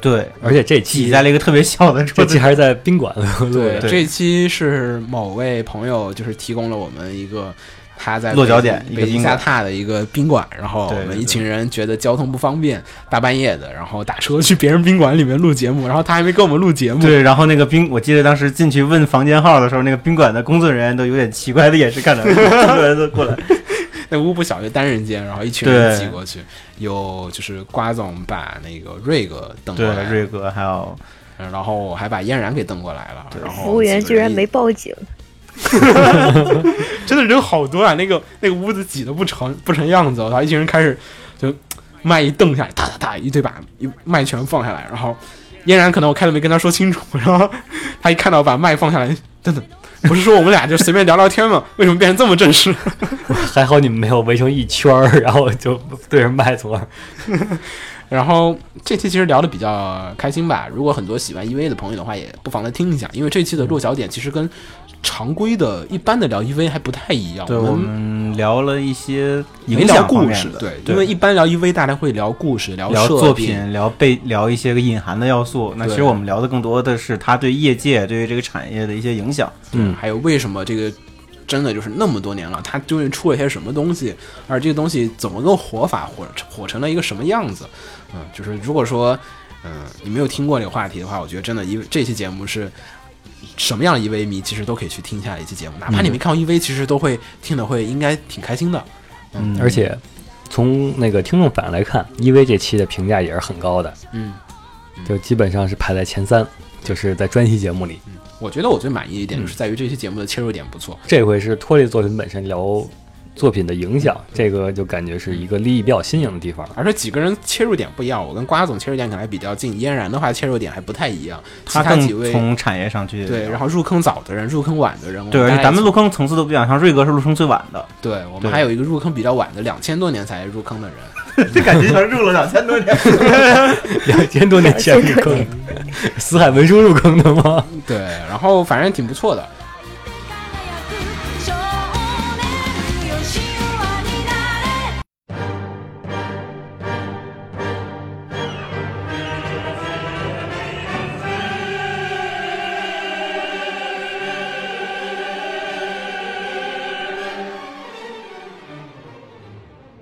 S5: 对，
S4: 而且这
S5: 挤
S4: 期
S5: 在了一个特别小的
S4: 这
S5: 桌
S4: 期
S5: 子。
S4: 还是在宾馆录
S3: 对，
S4: 的，
S5: 对
S3: 这期是某位朋友就是提供了我们一个他在
S5: 落脚点一
S3: 北
S5: 个
S3: 京
S5: 宾
S3: 下
S5: 馆
S3: 榻的一个宾馆，然后
S5: 对
S3: 我们
S5: 对
S3: 一
S5: 对
S3: 群人觉得交通不方便，大半夜的，然后打车去别人宾馆里面录节目，然后他还没跟我们录节目，
S5: 对，然后那个宾，我记得当时进去问房间号的时候，那个宾馆的工作人员都有点奇怪的眼神 (laughs) 看着我，所有人都过来。
S3: 那屋不小，就单人间，然后一群人
S5: 对
S3: 挤过去，有就是瓜总把那个瑞哥瞪过
S5: 对，
S3: 来，
S5: 瑞哥还有
S3: 然后我还把嫣然给瞪过来了，然后
S1: 服务员
S3: 几个
S1: 居然
S3: 人
S1: 没报警，
S3: 真的人好多啊！那个那个屋子挤得不成不成样子、哦，然后一群人开始就麦一蹬下来，哒哒哒，一对把一麦全放下来，然后嫣然可能我开头没跟他说清楚，然后他一看到我把麦放下来，真的不是说我们俩就随便聊聊天吗？ (laughs) 为什么变成这么正式？
S4: 还好你们没有围成一圈儿，然后就对着麦从那儿。
S3: 然后这期其实聊得比较开心吧。如果很多喜欢 EV 的朋友的话，也不妨来听一下，因为这期的落脚点其实跟常规的一般的聊 EV 还不太一样。
S5: 对
S3: 我
S5: 我
S3: 们
S5: 们聊了一些
S3: 没
S5: 影
S3: 聊
S5: 响
S3: 故
S5: 方面
S3: 事，
S5: 的，
S3: 对，因为一般聊 EV 大家会聊故事、聊
S5: 聊
S3: 设
S5: 作
S3: 定
S5: 品、聊背、聊一些个隐含的要素。那
S3: 对
S5: 其实我们聊的更多的是它对业界、对于这个产业的一些影响。
S3: 嗯，还有为什么这个真的就是那么多年了，它究竟出了些什么东西，而这个东西怎么个火法，火火成了一个什么样子？嗯，呃就是如果说嗯你没有听过这个话题的话，我觉得真的因为这期节目是什么样的 EV 迷，其实都可以去听下一期节目，哪怕你
S5: 嗯
S3: 没看过 EV，其实都会听的会应该挺开心的。
S4: 嗯，而且从那个听众反应来看，EV 这期的评价也是很高的，
S3: 嗯，
S4: 就基本上是排在前三，就是在专题节目里。
S3: 我觉得我最满意的一点
S5: 嗯
S3: 就是在于这期节目的切入点不错，
S4: 这回是脱离作品本身聊作品的影
S5: 嗯
S4: 响，这个就感觉是一个利益比较新颖的地
S5: (laughs)
S4: 方。
S3: 而且几个人切入点不一样，我跟瓜总切入点可能还比较近，嫣然的话切入点还不太一样，其
S5: 他
S3: 几
S5: 更
S3: 位
S5: 从产业上去
S3: 对，然后入坑早的人，入坑晚的人，我
S5: 对，
S3: 大
S5: 而且
S3: 概
S5: 咱们
S3: 从
S5: 入坑层次都不一样，像瑞哥是入坑最晚的，
S3: 对我们
S5: 对
S3: 还有一个入坑比较晚的，两千多年才入坑的人，
S5: 这感觉像入了两千多年。
S4: 两千多年前入坑，死海文书入坑的吗？
S3: 对，然后反正挺不错的。
S2: 少年よしおわになれ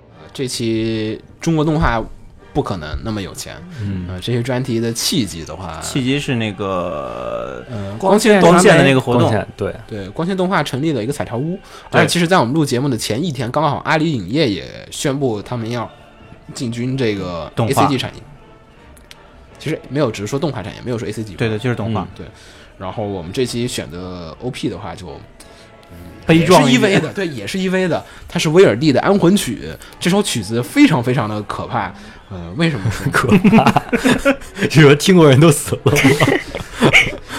S3: 呃这期中国动画不可能那么有钱，嗯，呃、这些专题的契机的话，
S5: (laughs) 契机是那个
S3: 呃光线
S5: (laughs) 光线的那
S3: 个。
S5: 个活
S4: 光
S5: 动，
S4: 线对，
S3: 对，光线动画成立了一个彩条屋，而且
S5: 对
S3: 其实，在我们录节目的前一天，刚好阿里影业也宣布他们要进军这个
S5: 动画
S3: ACG 产业。其实没有，只是说动画产业，没有说 ACG。
S5: 对对，就是动画
S4: 嗯，
S3: 对。然后我们这期选择 OP 的话就，
S5: 悲
S3: 也是
S5: 壮
S3: EV
S5: 点
S3: 的，对，也是 EV 的，它是威尔第的《安魂曲》，这首曲子非常非常的可怕。呃，为什么说呢？
S4: 可怕，是说听过人都死了。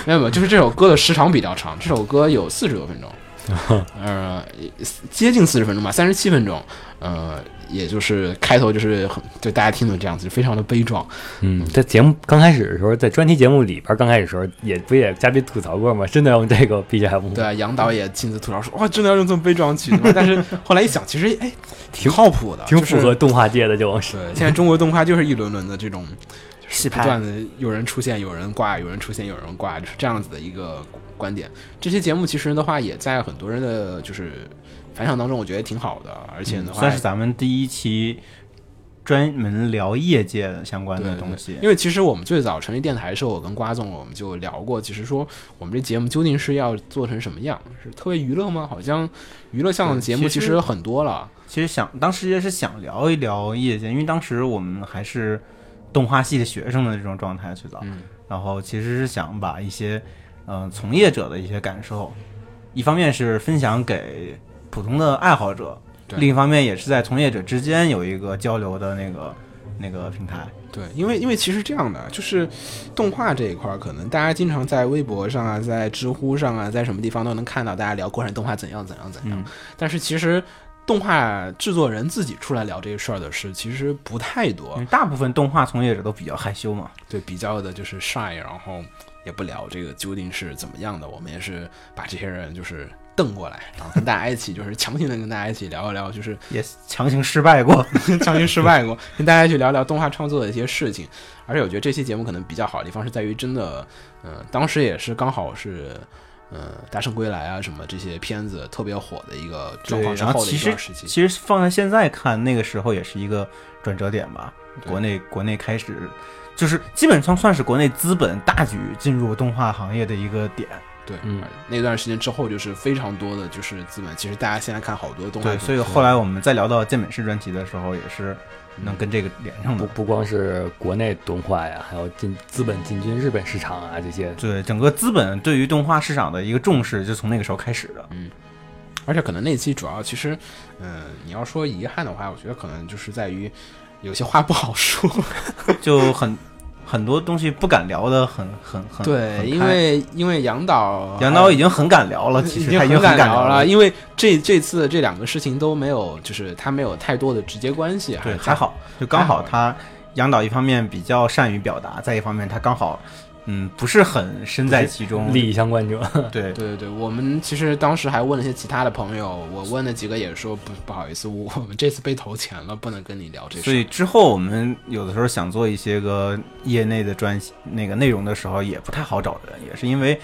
S3: 没有没有，就是这首歌的时长比较长，这首歌有四十多分
S4: (laughs)
S3: 钟，呃，接近四十分钟吧，三十七分钟，呃，也就是开头就是很，就大家听的这样子，就非常的悲壮。
S4: 嗯，在节目刚开始的时候，在专题节目里边刚开始的时候，也不也嘉宾吐槽过吗？真的要用这个 BGM？
S3: 对，啊，杨导也亲自吐槽说，哇，真的要用这么悲壮的曲子吗？ (laughs) 但是后来一想，其实哎，挺靠谱的，
S4: 挺
S3: 就是
S4: 符合动画界的这种事。
S3: 对，现在中国动画就是一轮轮的这种
S6: 戏
S3: 不断
S6: 拍，
S3: 的有人出现，有人挂，有人出现，有人挂，就是这样子的一个观点。这些节目其实的话，也在很多人的就是反响当中，我觉得挺好的，而且
S4: 嗯
S3: 的话，
S5: 算是咱们第一期专门聊业界相关的东西
S3: 因。为其实我们最早成立电台的时候，我跟瓜总我们就聊过，其实说我们这节目究竟是要做成什么样，是特别娱乐吗？好像娱乐向的
S5: 对
S3: 节目
S5: 其
S3: 其
S5: 实
S3: 实很多了，
S5: 其实想当时也是想聊一聊业界，因为当时我们还是动画系的学生的这种状态最早，
S3: 嗯
S5: 然后其实是想把一些嗯、呃从业者的一些感受，一方面是分享给普通的爱好者，
S3: 对
S5: 另一方面也是在从业者之间有一个交流的那个那个平台。
S3: 对，因为因为其实这样的，就是动画这一块，儿，可能大家经常在微博上啊，在知乎上啊，在什么地方都能看到大家聊国产动画怎样怎样怎样。
S5: 嗯
S3: 但是其实动画制作人自己出来聊这个事儿的事，其实不太多。
S5: 因为大部分动画从业者都比较害羞嘛，
S3: 对，比较的就是 shy，然后也不聊这个究竟是怎么样的。我们也是把这些人就是瞪过来，然后跟大家一起就是强行的跟大家一起聊一聊，
S5: (laughs)
S3: 就是
S5: 也强行失败过。
S3: 强行失败过，跟大家去聊聊动画创作的一些事情。而且我觉得这期节目可能比较好的地方是在于，真的，嗯、当时也是刚好是，嗯、大圣归来》啊什么这些片子特别火的一个状
S5: 对，
S3: 况之
S5: 然后
S3: 后的
S5: 其
S3: 一
S5: 实
S3: 段时期。
S5: 其实放在现在看，那个时候也是一个转折点吧。
S3: 对
S5: 国内国内开始，就是基本上算是国内资本大举进入动画行业的一个点。
S3: 对，
S4: 嗯
S3: 那段时间之后就是非常多的就是资本，其实大家现在看好多动画
S5: 对，
S3: 片，
S5: 所以后来我们再聊到健美式专题的时候，也是能跟这个连上
S4: 不
S3: 嗯
S5: 的。
S4: 不光是国内动画呀，还有进资本进军日本市场啊这些。
S5: 对，整个资本对于动画市场的一个重视，就从那个时候开始的。
S3: 嗯而且可能那期主要其实，嗯、你要说遗憾的话，我觉得可能就是在于有些话不好说。
S5: 就很很多东西不敢聊的很很很
S3: 对，
S5: 很
S3: 因
S5: 开
S3: 为因为杨导呃
S5: 杨导已经很敢聊了，其
S3: 已
S5: 实
S3: 经
S5: 他
S3: 很
S5: 经很
S3: 敢
S5: 敢
S3: 聊
S5: 了
S3: 了，，因为这这次这两个事情都没有，就是他没有太多的直接关系，
S5: 对，
S3: 还
S5: 还好，就刚好
S3: 还好
S5: 他杨导一方面比较善于表达，再一方面他刚好，嗯，不是很身在其中，
S4: 利益相关者，
S3: 对
S5: 对
S3: 对对，我们其实当时还问了一些其他的朋友，我问了几个也说不不好意思，我我们这次被投钱了，不能跟你聊这事。
S5: 所以之后我们有的时候想做一些个业内的专那个内容的时候，也不太好找人，也是因为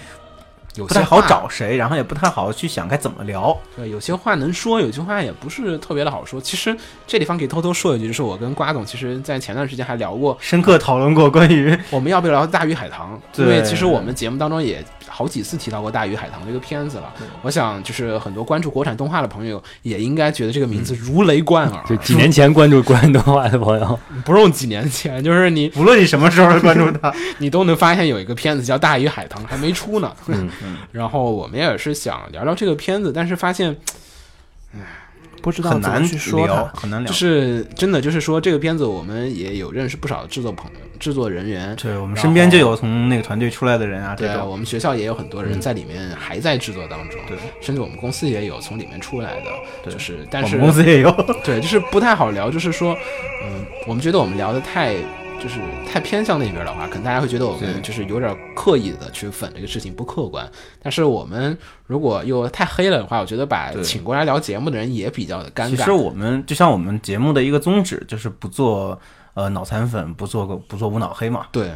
S3: 有
S5: 不
S3: 些
S5: 太好
S3: 话
S5: 找谁，然后也不太好去想该怎么聊。
S3: 对，有些话能说，有些话也不是特别的好说。其实这地方可以偷偷说一句，就是我跟瓜总，其实在前段时间还聊过，
S5: 深刻讨论过关于
S3: 我们要不要聊《大鱼海棠》？因为
S5: 对
S3: 其实我们节目当中也好几次提到过《大鱼海棠》这个片子了。我想，就是很多关注国产动画的朋友也应该觉得这个名
S4: 嗯
S3: 字如雷贯
S4: (laughs)
S3: 耳。
S4: 就几年前关注国产动画的朋友，
S3: 不用几年前，就是你
S5: 无论你什么时候关注他，
S3: 你都能发现有一个片子叫《大鱼海棠》，还没出呢。 (laughs)
S4: 嗯
S3: 然后我们也是想聊聊这个片子，但是发现
S6: 不知道
S5: 很
S6: 怎
S5: 难
S6: 么去说
S5: 聊，
S6: 它。
S5: 很难聊。
S3: 就是真的就是说这个片子我们也有认识不少的制作朋友、制作人员，
S5: 对我们
S3: 然
S5: 身边
S3: 后
S5: 就有从那个团队出来的人啊，
S3: 对
S5: 这
S3: 啊，
S5: 种
S3: 我们学校也有很多人在里面还在制作当中，
S5: 对
S3: 甚至我们公司也有从里面出来的，就是但
S5: 我
S3: 是
S5: 们公司也有。
S3: (laughs) 对，就是不太好聊，就是说，嗯，我们觉得我们聊的太就是太偏向那边的话，可能大家会觉得我们就是有点刻意的去粉这个事情不客观，但是我们如果又太黑了的话，我觉得把
S5: 对
S3: 请过来聊节目的人也比较的尴
S5: 其实
S3: 尬。
S5: 我们就像我们节目的一个宗旨，就是不做呃脑残粉，不做不做无脑黑嘛。
S3: 对，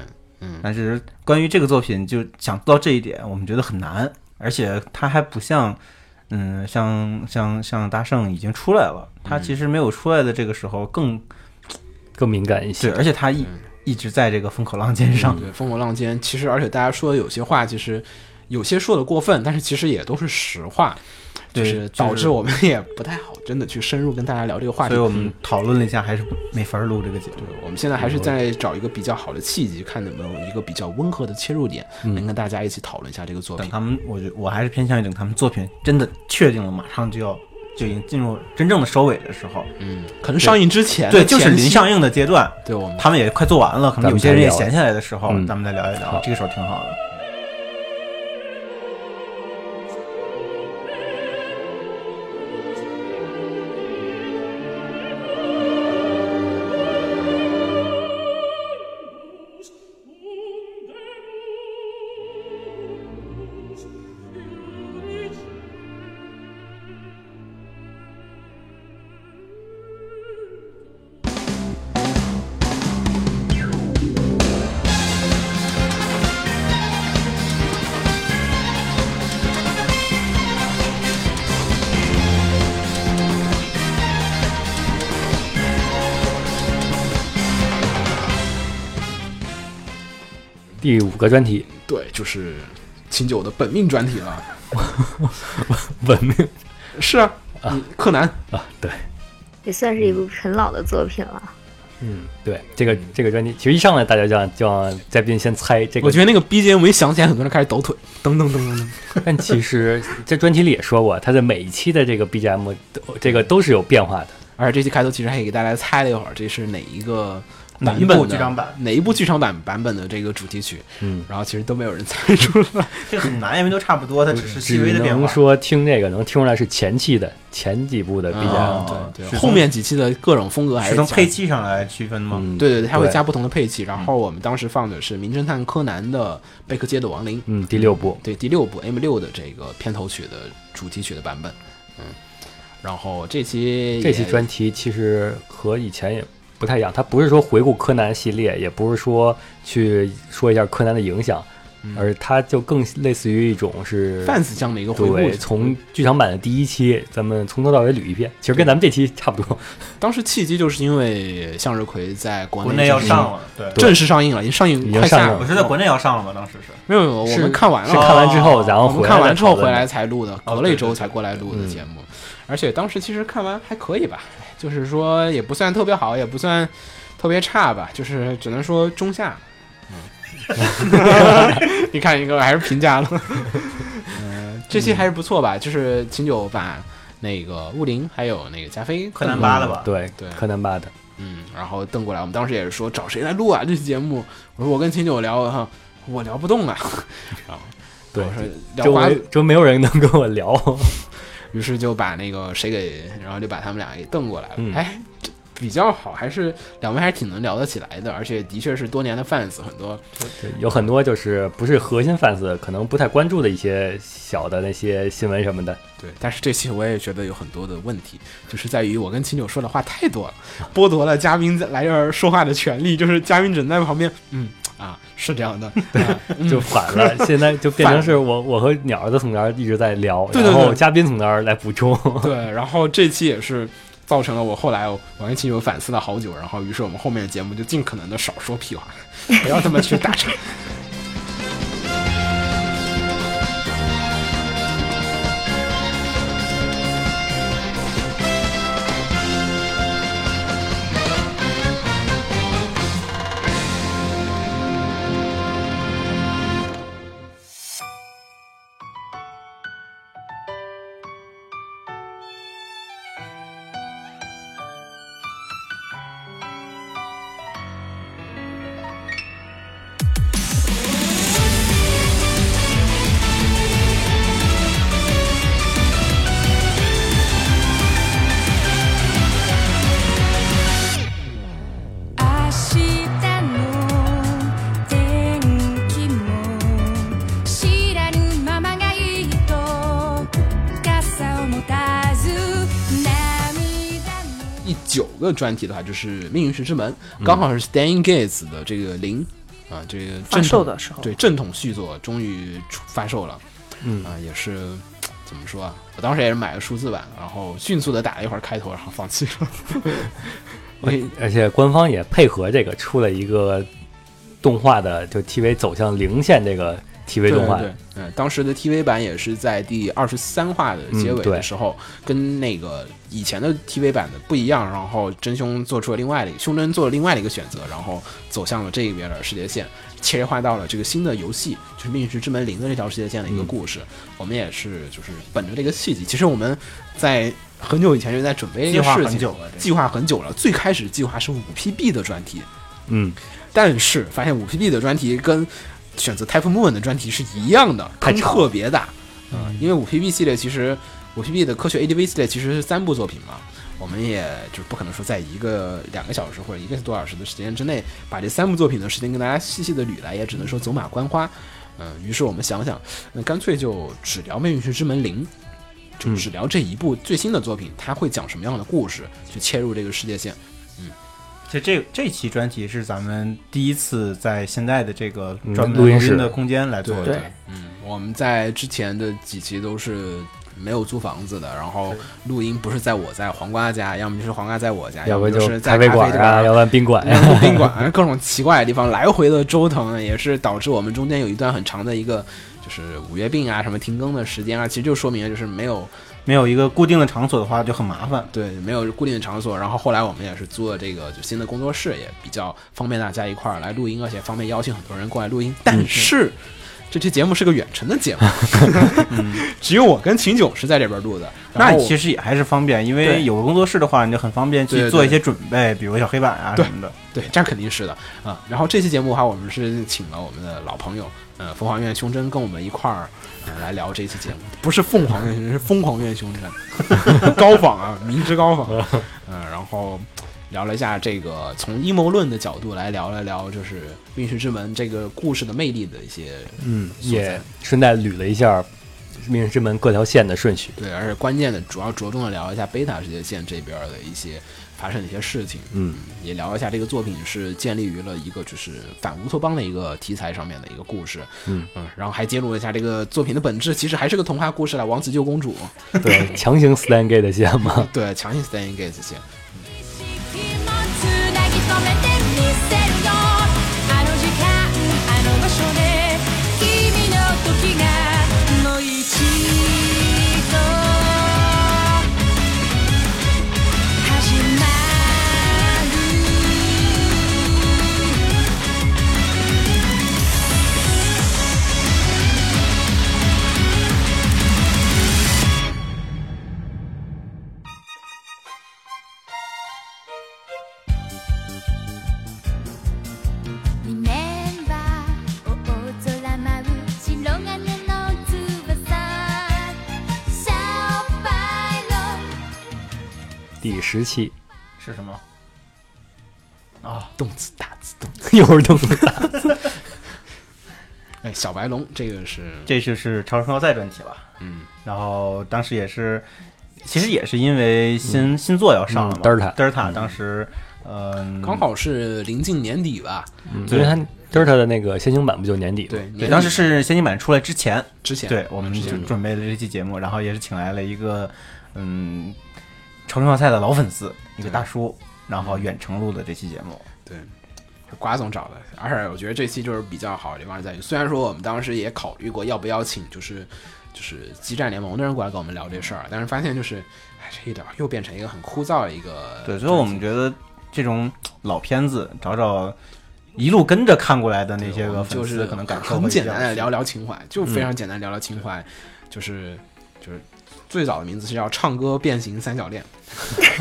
S5: 但是关于这个作品，就想做到这一点，我们觉得很难，而且它还不像，嗯，像像像大圣已经出来了，它其实没有出来的这个时候
S3: 嗯
S5: 更
S4: 更敏感一
S5: 对，
S4: 些。
S5: 而且它一一直在这个风口浪尖上，
S3: 嗯对，风口浪尖。其实，而且大家说的有些话，其实有些说的过分，但是其实也都是实话，就
S5: 对
S3: 是
S5: 就是
S3: 导致我们也不太好真的去深入跟大家聊这个话题。嗯
S5: 所以我们讨论了一下，还是没法录这个节目。
S3: 我们现在还是在找一个比较好的契机，看有没有一个比较温和的切入点，能跟大家一起讨论一下这个作
S5: 等
S3: 品。
S5: 他们，我觉我还是偏向于等他们作品真的确定了，马上就要就已经进入真正的收尾的时候，
S3: 嗯，可能上映之前的
S5: 对，就是
S3: 前期
S5: 临上映的阶段，
S3: 对我们
S5: 他们也快做完了，可能有些人也闲下来的时候，
S4: 嗯
S5: 咱们再聊一聊
S4: 好，
S5: 这个时候挺好的。
S4: 第五个专题，
S3: 对就是秦九的本命专题了。
S4: 文明
S3: 是啊，你柯南
S4: 啊，对，
S1: 也算是一
S3: 嗯
S1: 部很老的作品
S3: (laughs)
S1: 了。
S4: 嗯，对，这个这个专题，其实一上来大家就让就让嘉宾先猜这个，
S3: 我觉得那个 BGM 一响起来，很多人开始抖腿，噔噔噔噔噔。
S4: 但其实这专题里也说过，它的每一期的这个 BGM 都这个都是有变化的。
S3: 而且这期开头其实还给大家猜了一会儿，这是哪一个版
S5: 哪一
S3: 本
S5: 部
S3: 的
S5: 剧场版
S3: 哪一部剧场版版本的这个主题曲，
S4: 嗯，
S3: 然后其实都没有人猜出
S4: (laughs)
S3: 来。
S5: 这很难，因为都差不多，它只是细微
S4: 只
S5: 的变
S4: 能
S5: 化。
S4: 说听这个能听出来是前期的前几部的 BGM，、
S3: 啊
S5: 哦
S3: 对
S5: 是
S3: 对，后面几期的各种风格还
S5: 是
S3: 是
S5: 从
S3: 讲
S5: 配器上来区分吗？
S4: 嗯，
S3: 对对对，它会
S4: 对嗯
S3: 加不同的配器。然后我们当时放的是《名侦探柯南》的《贝克街的亡灵》，
S4: 嗯，第六部，
S3: 对第六部 M 六的这个片头曲的主题曲的版本。嗯，然后这期
S4: 这期
S3: 也
S4: 专题其实和以前也不太一样，它不是说回顾柯南系列，也不是说去说一下柯南的影响，
S3: 嗯
S4: 而它就更类似于一种是
S3: fans 这样的嗯一个回顾
S4: 对，，从剧场版的第一期，咱们从头到尾捋一遍，其实跟咱们这期差不多。
S3: 当时契机就是因为向日葵在国
S5: 国内要
S3: 正式
S5: 上了，对，
S3: 正式上映了，已经上映
S4: 已经
S3: 快下
S4: 上映
S5: 我
S4: 了
S5: 是在国内要上了吗？当时是
S3: 没有没有，我
S4: 是
S3: 们看完
S4: 是
S3: 了，
S4: (laughs) 看完之后，然后
S3: 哦我
S4: 回
S3: 们
S4: 来
S3: 看完之后
S4: 再讨
S3: 回
S4: 论嗯的
S3: 来才录的，
S5: 哦
S3: 隔了一
S5: 对对
S3: 周
S5: 对
S3: 才过来录的
S4: 嗯
S3: 节目。而且当时其实看完还可以吧，就是说也不算特别好，也不算特别差吧，就是只能说中下。嗯， (laughs) 你看一个还是评价了。嗯，这期还是不错吧，就是秦九把那个雾灵还有那个加菲
S5: 柯南八的
S4: 嗯
S5: 吧？
S4: 对
S3: 对
S4: 柯南八的，
S3: 嗯，然后瞪过来，我们当时也是说找谁来录啊这期节目？我说我跟秦九聊哈，我聊不动啊。然后
S4: 对
S3: 我说聊
S4: 周
S3: 瓜
S4: 围
S3: 子，
S4: 周围没有人能跟我聊， (laughs)
S3: 于是就把那个谁给，然后就把他们俩给瞪过来了。
S4: 嗯
S3: 哎，这比较好，还是两位还是挺能聊得起来的，而且的确是多年的 fans，很多
S4: 对有很多就是不是核心 fans 可能不太关注的一些小的那些新闻什么的。
S3: 对，但是这期我也觉得有很多的问题，就是在于我跟秦九说的话太多了，剥夺了嘉宾在来这儿说话的权利。就是嘉宾只能在旁边，嗯啊，啊，是这样
S4: (laughs)
S3: 的。啊嗯
S4: 就反了，
S3: (laughs)
S4: 现在就变成是我我和鸟儿的从这儿一直在聊，
S3: 对对
S4: 然后
S3: 对
S4: 嘉宾从这儿来
S3: (laughs)
S4: 补充。
S3: 对，然后这期也是造成了我后来我王一期有反思了好久，然后于是我们后面的节目就尽可能的少说屁话，不要他妈去打岔。
S2: 明日の天気も知らぬままがいいと傘を持たず涙も
S3: 第九个专题的话就是《命运石之门》，刚好是 Stan Gates 的这个零啊，这个
S6: 发
S3: 正
S6: 售
S3: 统
S6: 的时候
S3: 对正统续作终于出发售了，
S4: 嗯
S3: 啊，也是怎么说啊？我当时也是买了数字版，然后迅速的打了一会儿开头，然后放弃了。因为
S4: 而且官方也配合这个出了一个动画的，就 TV 走向零线这个 TV 动画
S3: 对，对对，嗯，当时的 TV 版也是在第二十三话的结
S4: 嗯
S3: 尾
S4: 对
S3: 的时候，跟那个以前的 TV 版的不一样，然后真凶做出了另外的胸针做了另外的一个选择，然后走向了这一边的世界线，切换到了这个新的游戏，就是《命运石之门零》的这条世界线的一个故事。我们也是就是本着这个契机，其实我们在。很久以前就在准备这个
S5: 计划
S3: 事
S5: 很
S3: 情
S5: 久了这个
S3: 计划很久了。最开始计划是五 PB 的专题，
S4: 嗯，
S3: 但是发现五 PB 的专题跟选择 Type Moon 的专题是一样的，
S4: 太
S3: 坑
S4: 长
S3: 特别大。嗯，因为五 PB 系列其实五 PB 的科学 ADV 系列其实是三部作品嘛，我们也就是不可能说在一个两个小时或者一个多小时的时间之内把这三部作品的时间跟大家细细的捋来，也只能说走马观花。嗯，于是我们想想，那干脆就只聊《命运石之门零》，就
S4: 嗯
S3: 只聊这一部最新的作品，它会讲什么样的故事，去切入这个世界线。
S5: 其实这这期专题是咱们第一次在现在的这个
S4: 嗯
S5: 专门
S4: 录
S5: 录
S4: 音室
S5: 音的空间来做的，
S6: 对，
S3: 嗯，我们在之前的几期都是没有租房子的，然后录音不是在我在黄瓜家，要么就是黄瓜在我家，
S4: 要不
S3: 么
S4: 就是
S3: 在
S4: 咖
S3: 咖
S4: 啡
S3: 啡
S4: 馆啊，要不然宾馆呀、
S3: 然后宾馆啊 (laughs) 各种奇怪的地方来回的折腾，也是导致我们中间有一段很长的一个就是五月病啊什么停更的时间啊，其实就说明了就是没有
S5: 没有一个固定的场所的话就很麻烦。
S3: 对没有固定的场所。然后后来我们也是租了这个就新的工作室，也比较方便大家一块儿来录音，而且方便邀请很多人过来录音。但是、这期节目是个远程的节目，只有我跟秦九是在这边录的。然
S5: 那
S3: 后我
S5: 其实也还是方便，因为
S3: 对
S5: 有个工作室的话，你就很方便
S3: 对
S5: 去
S3: 对
S5: 做一些准备，比如小黑板啊
S3: 对
S5: 什么的。
S3: 对，这肯定是的啊。然后这期节目的话，我们是请了我们的老朋友，呃，凤凰院胸针跟我们一块儿、呃、来聊这期节目，不是凤凰院胸针，是疯狂院胸针， (laughs) 高仿啊，明知高仿。嗯、然后聊了一下这个从阴谋论的角度来聊了聊，就是《运势之门》这个故事的魅力的一些
S4: 嗯，
S3: 所在
S4: 也顺带捋了一下《命运之门》各条线的
S3: (laughs)
S4: 顺序。
S3: 对，而且关键的主要着重的聊一下贝塔世界线这边儿的一些发生的一些事情，
S4: 嗯，
S3: 也聊一下这个作品是建立于了一个就是反乌托邦的一个题材上面的一个故事，
S4: 嗯
S3: 然后还揭露了一下这个作品的本质，其实还是个童话故事啦，《王子救公主》
S5: 啊
S4: 对，强行 stan gay 的线
S3: (laughs)
S4: 嘛。
S3: 对，强行 Stan Gates 线，
S2: 気持ちなぎ止めてみせるよあの時間あの場所で君の時がもう一度始まる Remember 大空舞う白金の翼 So fine
S4: 第十期 (laughs)
S5: 是什么？
S3: 动次打次动次，
S4: 又是动物大
S3: 哎，小白龙这个是
S5: 这就是《超时空要塞》专题了。
S3: 嗯，
S5: 然后当时也是，其实也是因为新、新作要上了
S4: 嗯
S5: 嘛，
S4: 德尔塔
S5: 德尔塔当时，嗯、
S3: 刚好是临近年底吧，
S4: 嗯因为它 Dota 的那个先行版不就年底吗？
S3: 对，
S5: 对，当时是先行版出来之前，
S3: 之前嗯
S5: 对我们
S3: 之前
S5: 就准备了这期节目，然后也是请来了一个嗯超声要塞的老粉丝，一个
S3: 对嗯
S5: 大叔，然后远程录的这期节目。
S3: 对，瓜总找的，而且我觉得这期就是比较好的地方在于，虽然说我们当时也考虑过要不要请就是就是激战联盟的人过来跟我们聊这事儿，但是发现就是，哎，这一点又变成一个很枯燥的一个
S5: 对，所以我们觉得这种老片子找找一路跟着看过来的那些
S3: 我
S5: 个
S3: 们哦就
S5: 粉
S3: 是
S5: 丝，可能感受
S3: 很
S5: 会
S3: 简
S5: 比较嗯
S3: 单的聊
S5: 深
S3: 聊情怀，就非常简单地聊聊情怀，就是就是最早的名字是叫唱歌变形三角恋， (laughs)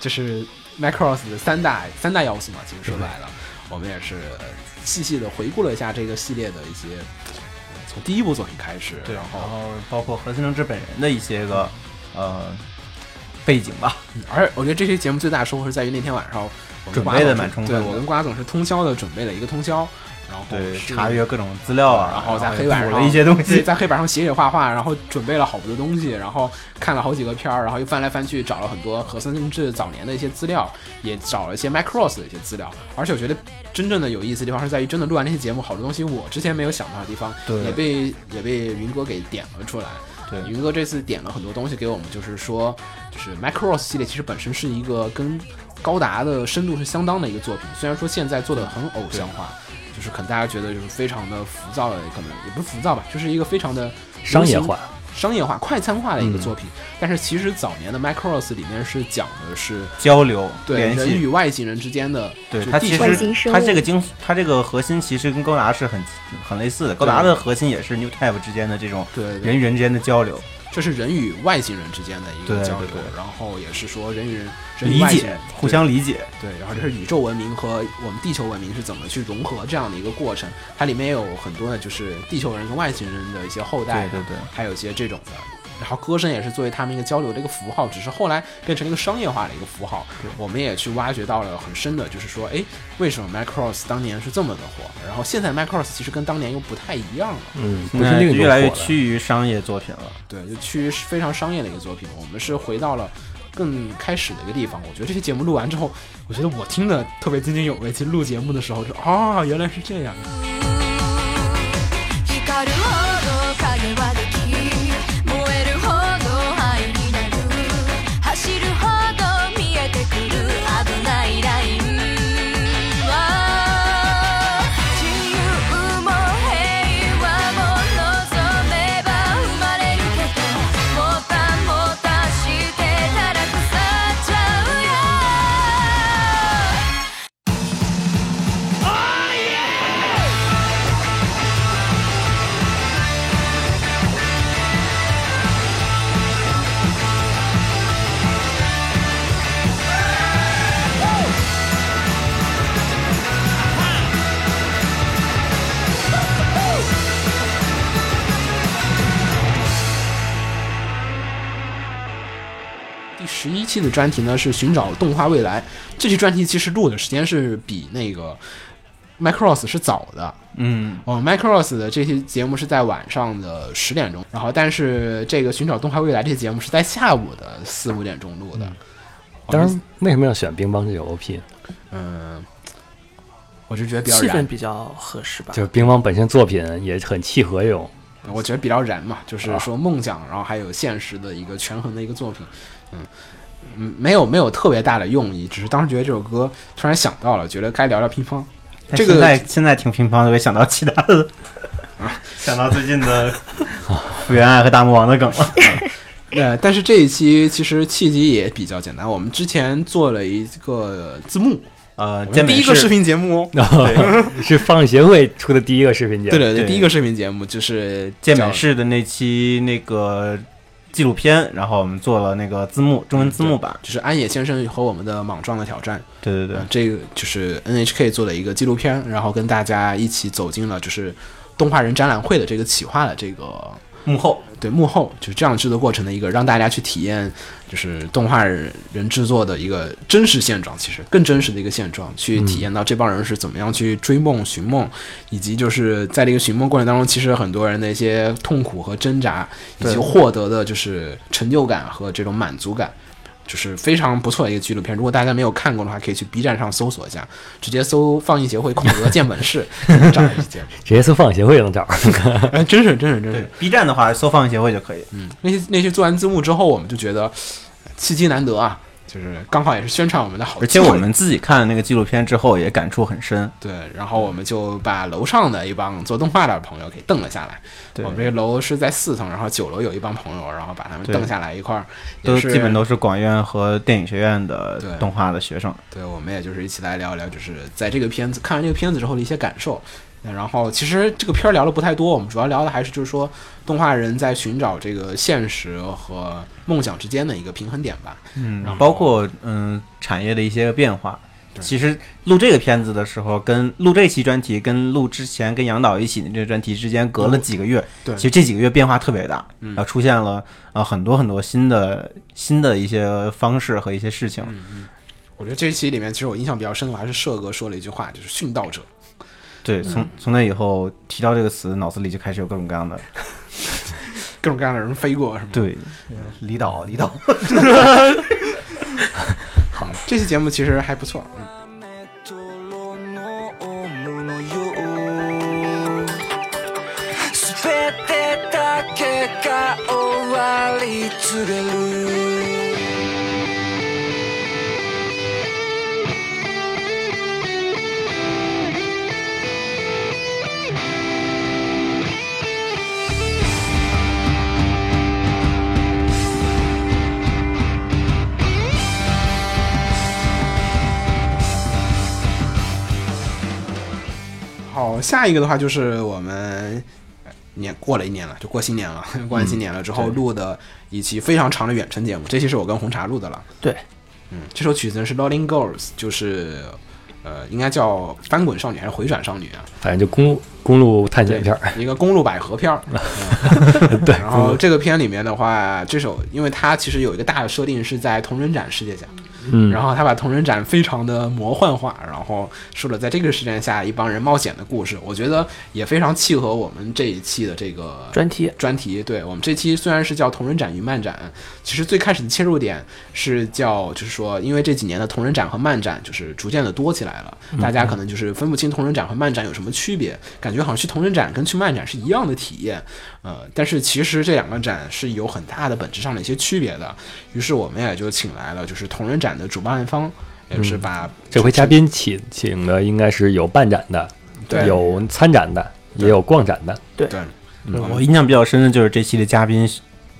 S3: 就是 Macross 的三大三大要素嘛，其实说白了，我们也是呃细细的回顾了一下这个系列的一些，呃从第一部作品开始，
S5: 对，啊
S3: 然
S5: 然
S3: 后
S5: 后包括何森正之本人的一些个呃背景吧，
S3: 而我觉得这期节目最大的收获是在于那天晚上我跟
S5: 准
S3: 瓜
S5: 备
S3: 总
S5: 得
S3: 是
S5: 蛮充
S3: 对
S5: 分
S3: 我
S5: 的
S3: 跟瓜总是通宵的准备了一个通宵，然后
S5: 对，
S3: 是
S5: 查阅各种资料啊，
S3: 然后在
S5: 也
S3: 黑板
S5: 补
S3: 上
S5: 了一些东
S3: 对，
S5: 西。
S3: 在黑板上写写画画，然后准备了好多东西，然后看了好几个片儿，然后又翻来翻去找了很多和森正治早年的一些资料，也找了一些 Macross 的一些资料。而且我觉得真正的有意思的地方是在于，真的录完这些节目，好多东西我之前没有想到的地方，
S5: 对
S3: 也被也被云哥给点了出来。
S5: 对
S3: 云哥这次点了很多东西给我们，就是说，就是 Macross 系列其实本身是一个跟高达的深度是相当的一个作品，虽然说现在做的很偶像化，就是可能大家觉得就是非常的浮躁的，可能也不是浮躁吧，就是一个非常的
S4: 商业化、
S3: 商业化、快餐化的一个作
S5: 嗯
S3: 品。但是其实早年的 Macross 里面是讲的是
S5: 交流
S3: 对
S5: 联
S3: 人与
S5: 系，外
S3: 外星人之间的，
S5: 对
S3: 就
S5: 它
S3: 地
S5: 其
S3: 球
S1: 外星
S5: 实
S1: 生
S5: 它
S1: 物
S5: 这个精，它这个核心其实跟高达是很很类似的。高达的核心也是 New Type 之间的这种
S3: 对对对
S5: 人与人之间的交流，
S3: 这是人与外星人之间的一个
S5: 对
S3: 交流
S5: 对对，
S3: 然后也是说人与人人与
S5: 理
S3: 外星
S5: 解
S3: 人，
S5: 互相理解。
S3: 对，然后这是宇宙文明和我们地球文明是怎么去融合这样的一个过程。它里面有很多的，就是地球人跟外星人的一些后代，啊
S5: 对对对
S3: 还有一些这种的。然后歌声也是作为他们一个交流的一个符号，只是后来变成了一个商业化的一个符号。我们也去挖掘到了很深的，就是说，哎，为什么 Macross 当年是这么的火？然后现在 Macross 其实跟当年又不太一样了。
S4: 嗯，不
S5: 现
S4: 是
S5: 在
S4: 另一种
S5: 越来越
S4: 火了
S5: 趋于商业作品了。
S3: 对，就趋于是非常商业的一个作品。我们是回到了更开始的一个地方。我觉得这期节目录完之后，我觉得我听的特别津津有味。其实录节目的时候就哦，原来是这样。
S2: 「光るほど影はでき」「燃えるほど灰になる」「走るほど見えてくる危ないラインは」「自由も平和も望めば生まれるけど」「もたもたしてたら腐っちゃうよ」
S3: 第十一期的专题呢是寻找动画未来。这期专题其实录的时间是比那个 Macross 是早的，
S5: 嗯，
S3: 哦，Macross 的这期节目是在晚上的十点钟，然后但是这个寻找动画未来这期节目是在下午的四五点钟录的。
S4: 当时为什么要选冰帮这首 OP？呢
S3: 嗯，我就觉得比较
S6: 气
S3: 燃
S6: 氛比较合适吧
S4: 就。是冰帮本身作品也很契合这种，
S3: 我觉得比较燃嘛，
S5: 啊
S3: 就是说梦想，然后还有现实的一个权衡的一个作品，嗯嗯，没有没有特别大的用意，只是当时觉得这首歌突然想到了，觉得该聊聊乒乓。这个
S5: 现在现在挺乒乓的，我也想到其他的， (laughs) 想到最近的 (laughs) 福原爱和大魔王的梗了。
S3: 呃，但是这一期其实契机也比较简单，我们之前做了一个字幕，
S5: 呃，
S3: 我
S5: 健
S3: 们
S5: 美
S3: 第一个
S5: 是啊
S3: 视频节目哦，
S4: 是放映协会出的第一个视频节目。
S3: 对对对，
S5: 对
S3: 第一个视频节目就是
S5: 健
S3: 叫
S5: 美式的那期那个纪录片，然后我们做了那个字幕，
S3: 嗯
S5: 中文字幕版。嗯
S3: 就是安野先生和我们的莽撞的挑战，
S5: 对对对
S3: 呃，这个就是 NHK 做的一个纪录片，然后跟大家一起走进了就是动画人展览会的这个企划的这个
S5: 幕后
S3: 对幕后就是这样制作过程的一个，让大家去体验就是动画人制作的一个真实现状，其实更真实的一个现状，去体验到这帮人是怎么样去追梦、寻梦，以及就是在这个寻梦过程当中，其实很多人的一些痛苦和挣扎，以及获得的就是成就感和这种满足感。就是非常不错的一个纪录片。如果大家没有看过的话，可以去 B 站上搜索一下，直接搜“放映协会空格 (laughs) 见本室”，就能找到这节目。
S4: 直接搜放映协会也能找着。
S3: (laughs) 哎，真是真是真
S5: 对
S3: 是，
S5: ，B 站的话搜放映协会就可以。
S3: 嗯，那些那些做完字幕之后，我们就觉得契机难得啊，就是刚好也是宣传我们的好
S5: 而
S3: 机
S5: 且
S3: 会，
S5: 我们自己看那个纪录片之后也感触很深，
S3: 对，然后我们就把楼上的一帮做动画的朋友给蹬了下来。
S5: 对
S3: 我们这个楼是在四层，然后九楼有一帮朋友，然后把他们
S5: 对
S3: 蹬下来一块儿，
S5: 都
S3: 也是
S5: 基本都是广院和电影学院的
S3: 对
S5: 动画的学生。
S3: 对，我们也就是一起来聊一聊，就是在这个片子看完这个片子之后的一些感受。嗯然后其实这个片儿聊的不太多，我们主要聊的还是就是说动画人在寻找这个现实和梦想之间的一个平衡点吧。
S5: 嗯
S3: 然后，
S5: 包括嗯产业的一些变化。其实录这个片子的时候，跟录这期专题，跟录之前跟杨导一起的这个专题之间隔了几个月。
S3: 对嗯
S5: 其实这几个月变化特别大，然后出现了啊、呃很多很多新的新的一些方式和一些事情。
S3: 嗯我觉得这一期里面，其实我印象比较深的还是社哥说了一句话，就是“殉道者
S5: 对，
S3: 嗯
S5: 从从那以后提到这个词，脑子里就开始有各种各样的”，
S3: 嗯各种各样的人飞过，是吗？
S5: 对离岛离岛。
S3: 这期节目其实还不错。嗯
S8: 雨とロのオウムのようすべてだけが終わり告げる
S3: 好，下一个的话就是我们呃年过了一年了，就过新年了， (laughs) 过完新年了之后录的一期非常长的远程节目，这期是我跟红茶录的了。
S6: 对，
S3: 嗯，这首曲子呢是《Rolling Girls》，就是呃，应该叫翻滚少女还是回转少女啊？
S4: (laughs) 反正就公路公路探险片儿，
S3: 一个公路百合片儿。嗯 (laughs)
S4: (laughs) 对，嗯
S3: 然
S4: 公
S3: 后
S4: 路
S3: 这个片里面的话，这首因为它其实有一个大的设定是在同人展世界下，
S4: 嗯，
S3: 然后他把同人展非常的魔幻化，然后说了在这个事件下一帮人冒险的故事，我觉得也非常契合我们这一期的这个
S6: 专题
S3: 专题。对我们这期虽然是叫同人展与漫展，其实最开始的切入点是叫就是说，因为这几年的同人展和漫展就是逐渐的多起来了，大家可能就是分不清同人展和漫展有什么区别，感觉好像去同人展跟去漫展是一样的体验。呃，但是其实这两个展是有很大的本质上的一些区别的。于是我们也就请来了，就是同人展的主办方，也就是把、
S4: 这回嘉宾请请的应该是有办展的，
S3: 对
S4: 有参展的，也有逛展的，
S3: 对
S5: 嗯 (laughs) 我印象比较深的就是这期的嘉宾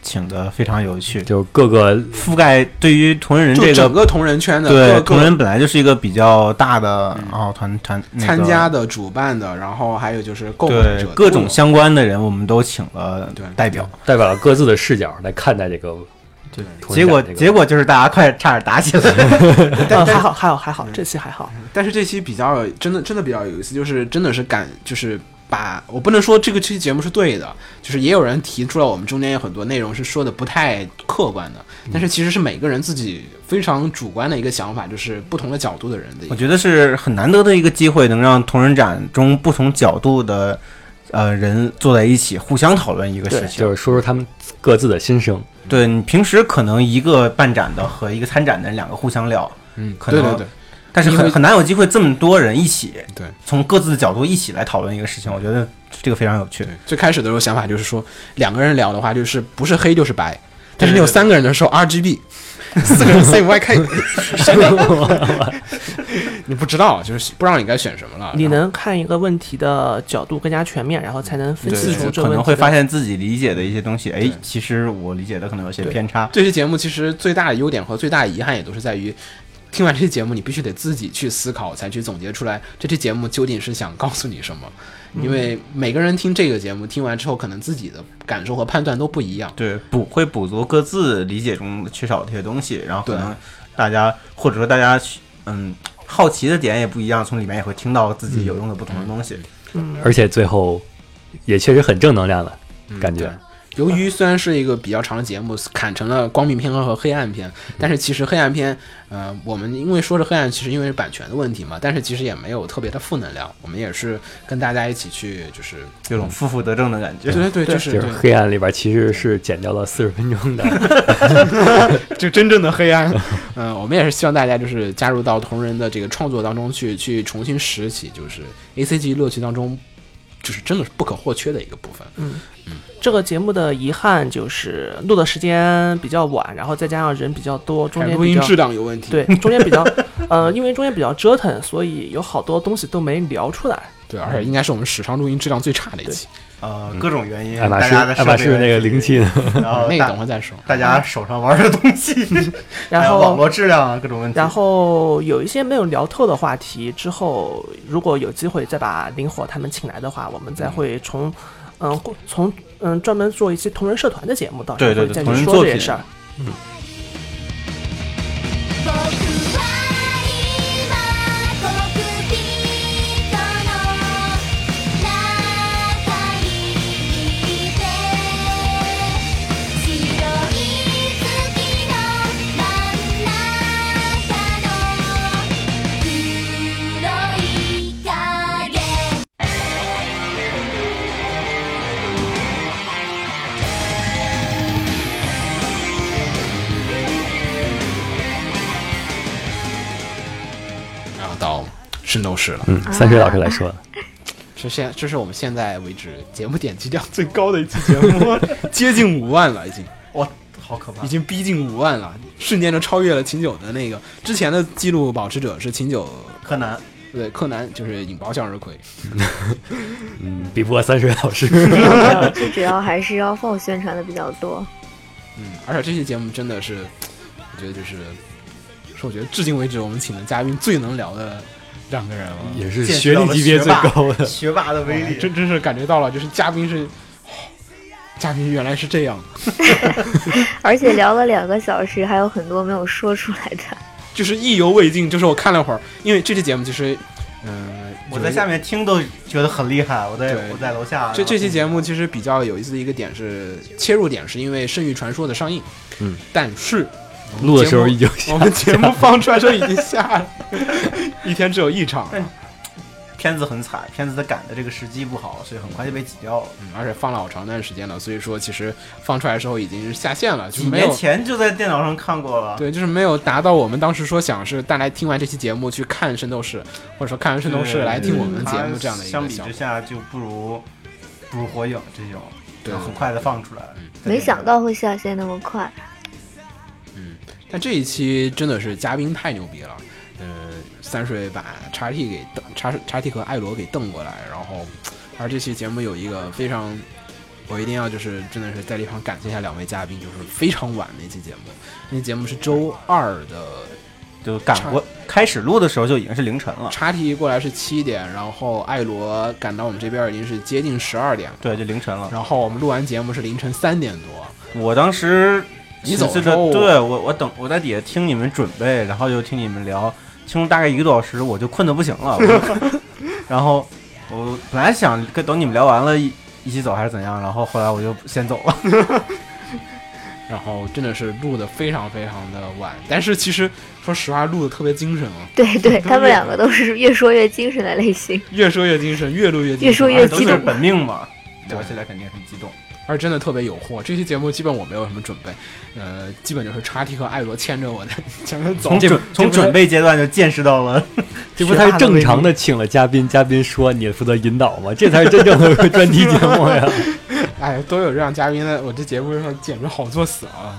S5: 请的非常有趣，
S4: 就各个
S5: 覆盖对于同人人
S3: 就
S5: 这
S3: 整个同人圈的
S5: 对
S3: 各
S5: 同
S3: 个嗯
S5: 人本来就是一个比较大的哦团团那
S3: 参
S5: 个
S3: 加的、主办的，然后还有就是购买
S5: 对
S3: 者
S5: 各
S3: 都有
S5: 种相关的人，我们都请了
S3: 对
S5: 代表。
S4: 代表了各自的视角来看待这个
S3: 对
S4: 同
S5: 结
S4: 人展这个。
S5: 果结果就是大家快差点打起
S3: (laughs)
S5: 来。
S6: 嗯，还好还好还好，这期还好。
S5: 嗯
S3: 但是这期比较真的真的比较有意思，就是真的是感就是把我不能说这个期节目是对的，就是也有人提出来，我们中间有很多内容是说的不太客观的，
S5: 嗯
S3: 但是其实是每个人自己非常主观的一个想法，就是不同的角度的人的一
S5: 我
S3: 个。
S5: 觉得是很难得的一个机会，能让同人展中不同角度的呃人坐在一起，互相讨论一个事情
S4: 就。是说说他们各自的心声，
S5: 对你平时可能一个办展的和一个参展的人两个互相聊，
S3: 嗯，
S5: 可
S3: 对
S5: 能
S3: 对对，
S5: 但是
S3: 因为
S5: 很很难有机会这么多人一起，
S3: 对，
S5: 从各自的角度一起来讨论一个事情，我觉得这个非常有趣
S3: 对。，最开始的时候想法就是说，两个人聊的话，就是不是黑就是白。但是你有三个人的时候，RGB，四个
S6: (laughs)
S3: 人 CMYK，谁呢 (laughs) 你不知道，就是不知道你该选什么了。
S6: 你
S3: 然后
S6: 能看一个问题的角度更加全面，然后才能分
S3: 对
S6: 析
S5: 就是
S6: 出
S5: 可
S6: 这问题。
S5: 能会发，现自己理解的一些东西，哎
S3: 对，
S5: 其实我理解的可能有些
S6: 对
S5: 偏差。
S3: 这期节目其实最大的优点和最大的遗憾也都是在于，听完这期节目，你必须得自己去思考，才去总结出来这期节目究竟是想告诉你什么。因为每个人听这个节目，听完之后，可能自己的感受和判断都不一样。
S5: 对，补会补足各自理解中缺少的这些东西，然后可
S3: 对
S5: 能大家或者说大家嗯好奇的点也不一样，从里面也会听到自己有用的不同的东西。
S6: 嗯，
S4: 而且最后也确实很正能量了，
S3: 嗯
S4: 感觉
S3: 对由于虽然是一个比较长的节目，砍成了光明篇和黑暗篇，但是其实黑暗篇，呃，我们因为说是黑暗，其实因为是版权的问题嘛，但是其实也没有特别的负能量，我们也是跟大家一起去，就是
S5: 有
S6: 嗯
S5: 种负负得正的感觉
S3: 对。对对，就是
S4: 就
S3: 对
S4: 是黑暗里边其实是剪掉了四十分钟的，
S3: 就真正的黑 (laughs) 暗。嗯、我们也是希望大家就是加入到同人的这个创作当中去，去重新拾起就是 A C G 乐趣当中，就是真的是不可或缺的一个部分。
S6: 这个节目的遗憾就是录的时间比较晚，然后再加上人比较多，中
S3: 还有
S6: 间
S3: 录
S6: 比
S3: 音
S6: 较
S3: 质量有问题。
S6: (laughs) 对，中间比较呃，因为中间比较折腾，所以有好多东西都没聊出来。
S3: 对，而且应该是我们史上录音质量最差的一期。
S5: 呃，各种原因，
S4: 嗯爱马
S5: 大
S4: 仕
S5: 家的
S4: 爱
S5: 设
S4: 马
S5: 备
S4: 仕那个灵气呢，
S5: 然
S6: (laughs)
S5: 后
S3: 那个等
S5: 大
S3: 会儿再说。
S5: 大家手上玩的东西，还
S6: 然
S5: 有网
S6: 后
S5: 络质量啊，各种问题。
S6: 然后有一些没有聊透的话题，之后如果有机会再把灵火他们请来的话，我们再会从嗯过从嗯专门做一期同人社团的节目，到时
S5: 对
S6: 候
S5: 对
S6: 会
S5: 对
S6: 再
S5: 同
S6: 去
S5: 人
S6: 说
S5: 作
S6: 这些
S5: 品
S6: 事儿。
S2: 僕は今この首との中にいて白い月の真ん中の黒い影
S3: 然后到圣斗士了，
S4: 嗯，三水老师来说的，
S3: 这现这是我们现在为止节目点击量最高的一期节目， (laughs) 接近五万了，已经
S5: 哇，好可怕
S3: 已！经逼近五万了，瞬间就超越了秦九的那个之前的记录保持者是秦九，
S5: 柯南，
S3: 对柯南就是引爆向日葵，
S4: 嗯，比不过三水老师。
S1: 最主要还是要放宣传的比较多。
S3: 嗯，而且这期节目真的是，我觉得就是是我觉得至今为止我们请的嘉宾最能聊的两个人了，
S4: 也是学历级别最高的，
S5: 学霸的威
S3: 哇
S5: 力，
S3: 真真是感觉到了，就是嘉宾是。哦嘉宾原来是这样的，
S1: 而且聊了两个小时，还有很多没有说出
S3: (laughs)
S1: 来的。
S3: 就是意犹未尽。就是我看了会儿，因为这期节目其实，嗯、
S5: 我在下面听都觉得很厉害，我在
S3: 对
S5: 我在楼下。
S3: 这这期节目
S5: 就
S3: 其实比较有意思的一个点是切入点，是因为《圣域传说》的上映，
S4: 嗯，
S3: 但是
S4: 录的时候已经
S3: 我们节目放出来的时候已经下了，一天只有一场了，
S5: 片子很惨，片子的赶的这个时机不好，所以很快就被挤掉了。
S3: 嗯而且放了好长段时间了，所以说其实放出来的时候已经下线了，就
S5: 几
S3: 是没
S5: 年
S3: 有。
S5: 前就在电脑上看过了，
S3: 对，就是没有达到我们当时说想是大家听完这期节目去看《圣斗士》，或者说看完《圣斗士》来听我们节目这样的一
S5: 相
S3: 个
S5: 比
S3: 效
S5: 之
S3: 果。
S5: 下，就不如不如火影这种，
S3: 对嗯
S5: 很快的放出来。
S1: 没想到会下线那么快，
S3: 但这一期真的是嘉宾太牛逼了，呃，三水把叉 T 给瞪叉叉 T 和艾罗给瞪过来，然后，而这期节目有一个非常，我一定要就是真的是在这地方感谢一下两位嘉宾，就是非常晚的一期节目，那期节目是周二的
S5: 就赶过开始录的时候就已经是凌晨了，
S3: 叉 T 过来是七点，然后艾罗赶到我们这边已经是接近十二点了，
S5: 对，就凌晨了。
S3: 然后我们录完节目是凌晨三点多，
S5: 我当时
S3: 你走
S5: 寻思
S3: 的
S5: 着
S3: 时候，
S5: 对我我等我在底下听你们准备，然后又听你们聊，听了大概一个多小时，我就困得不行了。我就然后我本来想跟等你们聊完了一一起走还是怎样，然后后来我就先走了。
S3: 然后真的是录的非常非常的晚，但是其实说实话录的特别精神啊。
S1: 对
S3: (laughs)
S1: 对，他们两个都是越说越精神的类型。
S3: 越说越精神，越录越精神
S1: 越说越
S5: 都
S1: 激
S5: 是
S1: 动
S5: 本命嘛，
S3: 对
S5: 聊起来肯定很激动。
S3: 而真的特别有货。这期节目基本我没有什么准备，呃，基本就是叉 T 和艾罗牵着 (laughs) 我在前面走
S5: 从。准从准备阶段就见识到了，
S4: 这不才是正常的请了嘉宾，嘉宾说你负责引导吗？这才是真正的专题节目呀！
S3: 哎，都有这样嘉宾的，我这节目上简直好作死啊！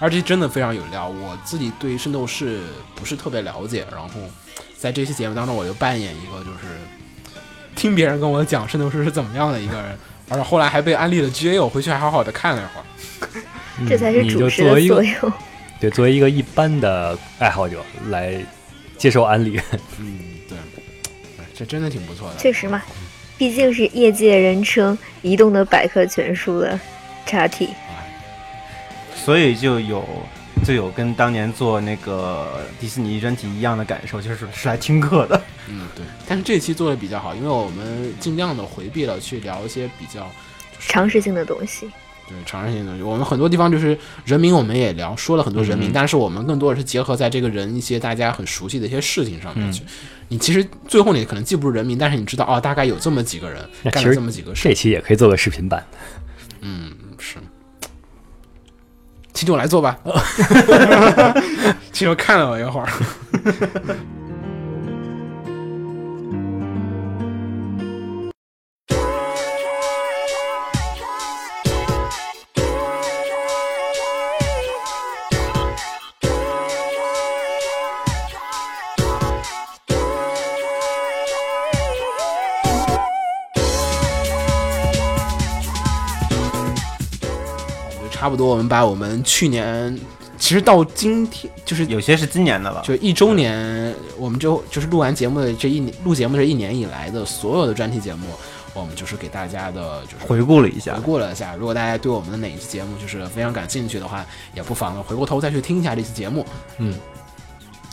S3: 而且真的非常有料，我自己对圣斗士不是特别了解，然后在这期节目当中，我就扮演一个就是听别人跟我讲圣斗士是怎么样的一个人，而且后来还被安利了 GA，我回去还好好的看了一会儿。嗯
S1: 这才是
S4: 你
S1: 主
S4: 就
S1: 持
S4: 作为
S1: 的
S4: 一个
S1: 作用。
S4: 对作为一个一般的爱好者来接受安利，
S3: 嗯，对，哎这真的挺不错的。
S1: 确实嘛，毕竟是业界人称“移动的百科全书”的叉 T，
S5: 所以就有就有跟当年做那个迪士尼专题一样的感受，就是是来听课的。
S3: 嗯，对。但是这期做的比较好，因为我们尽量的回避了去聊一些比较
S1: 常识性的东西。
S3: 对，尝试性的东西，我们很多地方就是人名，我们也聊说了很多人
S4: 嗯
S3: 名，但是我们更多的是结合在这个人一些大家很熟悉的一些事情上面
S4: 嗯
S3: 去。你其实最后你可能记不住人名，但是你知道哦，大概有这么几个人
S4: (laughs) 那
S3: 干
S4: 其
S3: 了
S4: 实
S3: 这么几个事嗯
S4: 这，期也可以做个视频版，
S3: 是。请九来做
S4: (laughs)
S3: 吧， (laughs) 请九看了我一会儿。就差不多，我们把我们去年，其实到今天就是
S5: 有些是今年的了，
S3: 就一周年，我们就就是录完节目的这一年录节目这一年以来的所有的专题节目，我们就是给大家的就是
S5: 回顾了一下
S3: 回，顾了一下。如果大家对我们的哪一期节目就是非常感兴趣的话，也不妨回过头再去听一下这期节目。
S4: 嗯，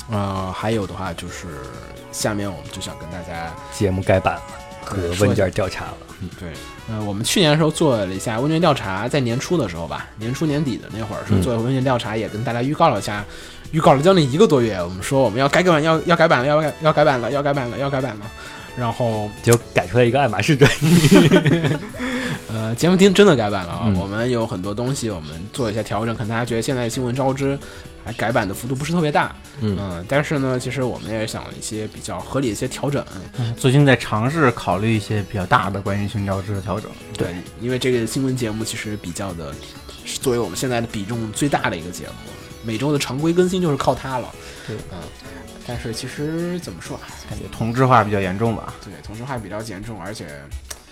S3: 呃，还有的话就是下面我们就想跟大家
S4: 节目改版了，和
S3: 说一
S4: 问
S3: 下
S4: 卷调查了。
S3: 对，呃，我们去年的时候做了一下问卷调查，在年初的时候吧，年初年底的那会儿
S4: 嗯
S3: 是做了问卷调查，也跟大家预告了一下，预告了将近一个多月，我们说我们要改版，要要改版了，要改要改版了，要改版了，要改版了。然后，
S4: 结果改出来一个爱马仕专辑，
S3: 呃，节目厅真的改版了啊！
S4: 嗯
S3: 我们有很多东西，我们做一些调整，可能大家觉得现在新闻招知，还改版的幅度不是特别大，呃
S4: 嗯
S3: 但是呢，其实我们也想了一些比较合理的一些调整，
S5: 最近在尝试考虑一些比较大的关于寻找制的调整。
S3: 对，因为这个新闻节目其实比较的，是作为我们现在的比重最大的一个节目，每周的常规更新就是靠它了。
S5: 对，
S3: 嗯，但是其实怎么说啊，
S5: 感觉同质化比较严重吧？
S3: 对，同时还比较严重，而且，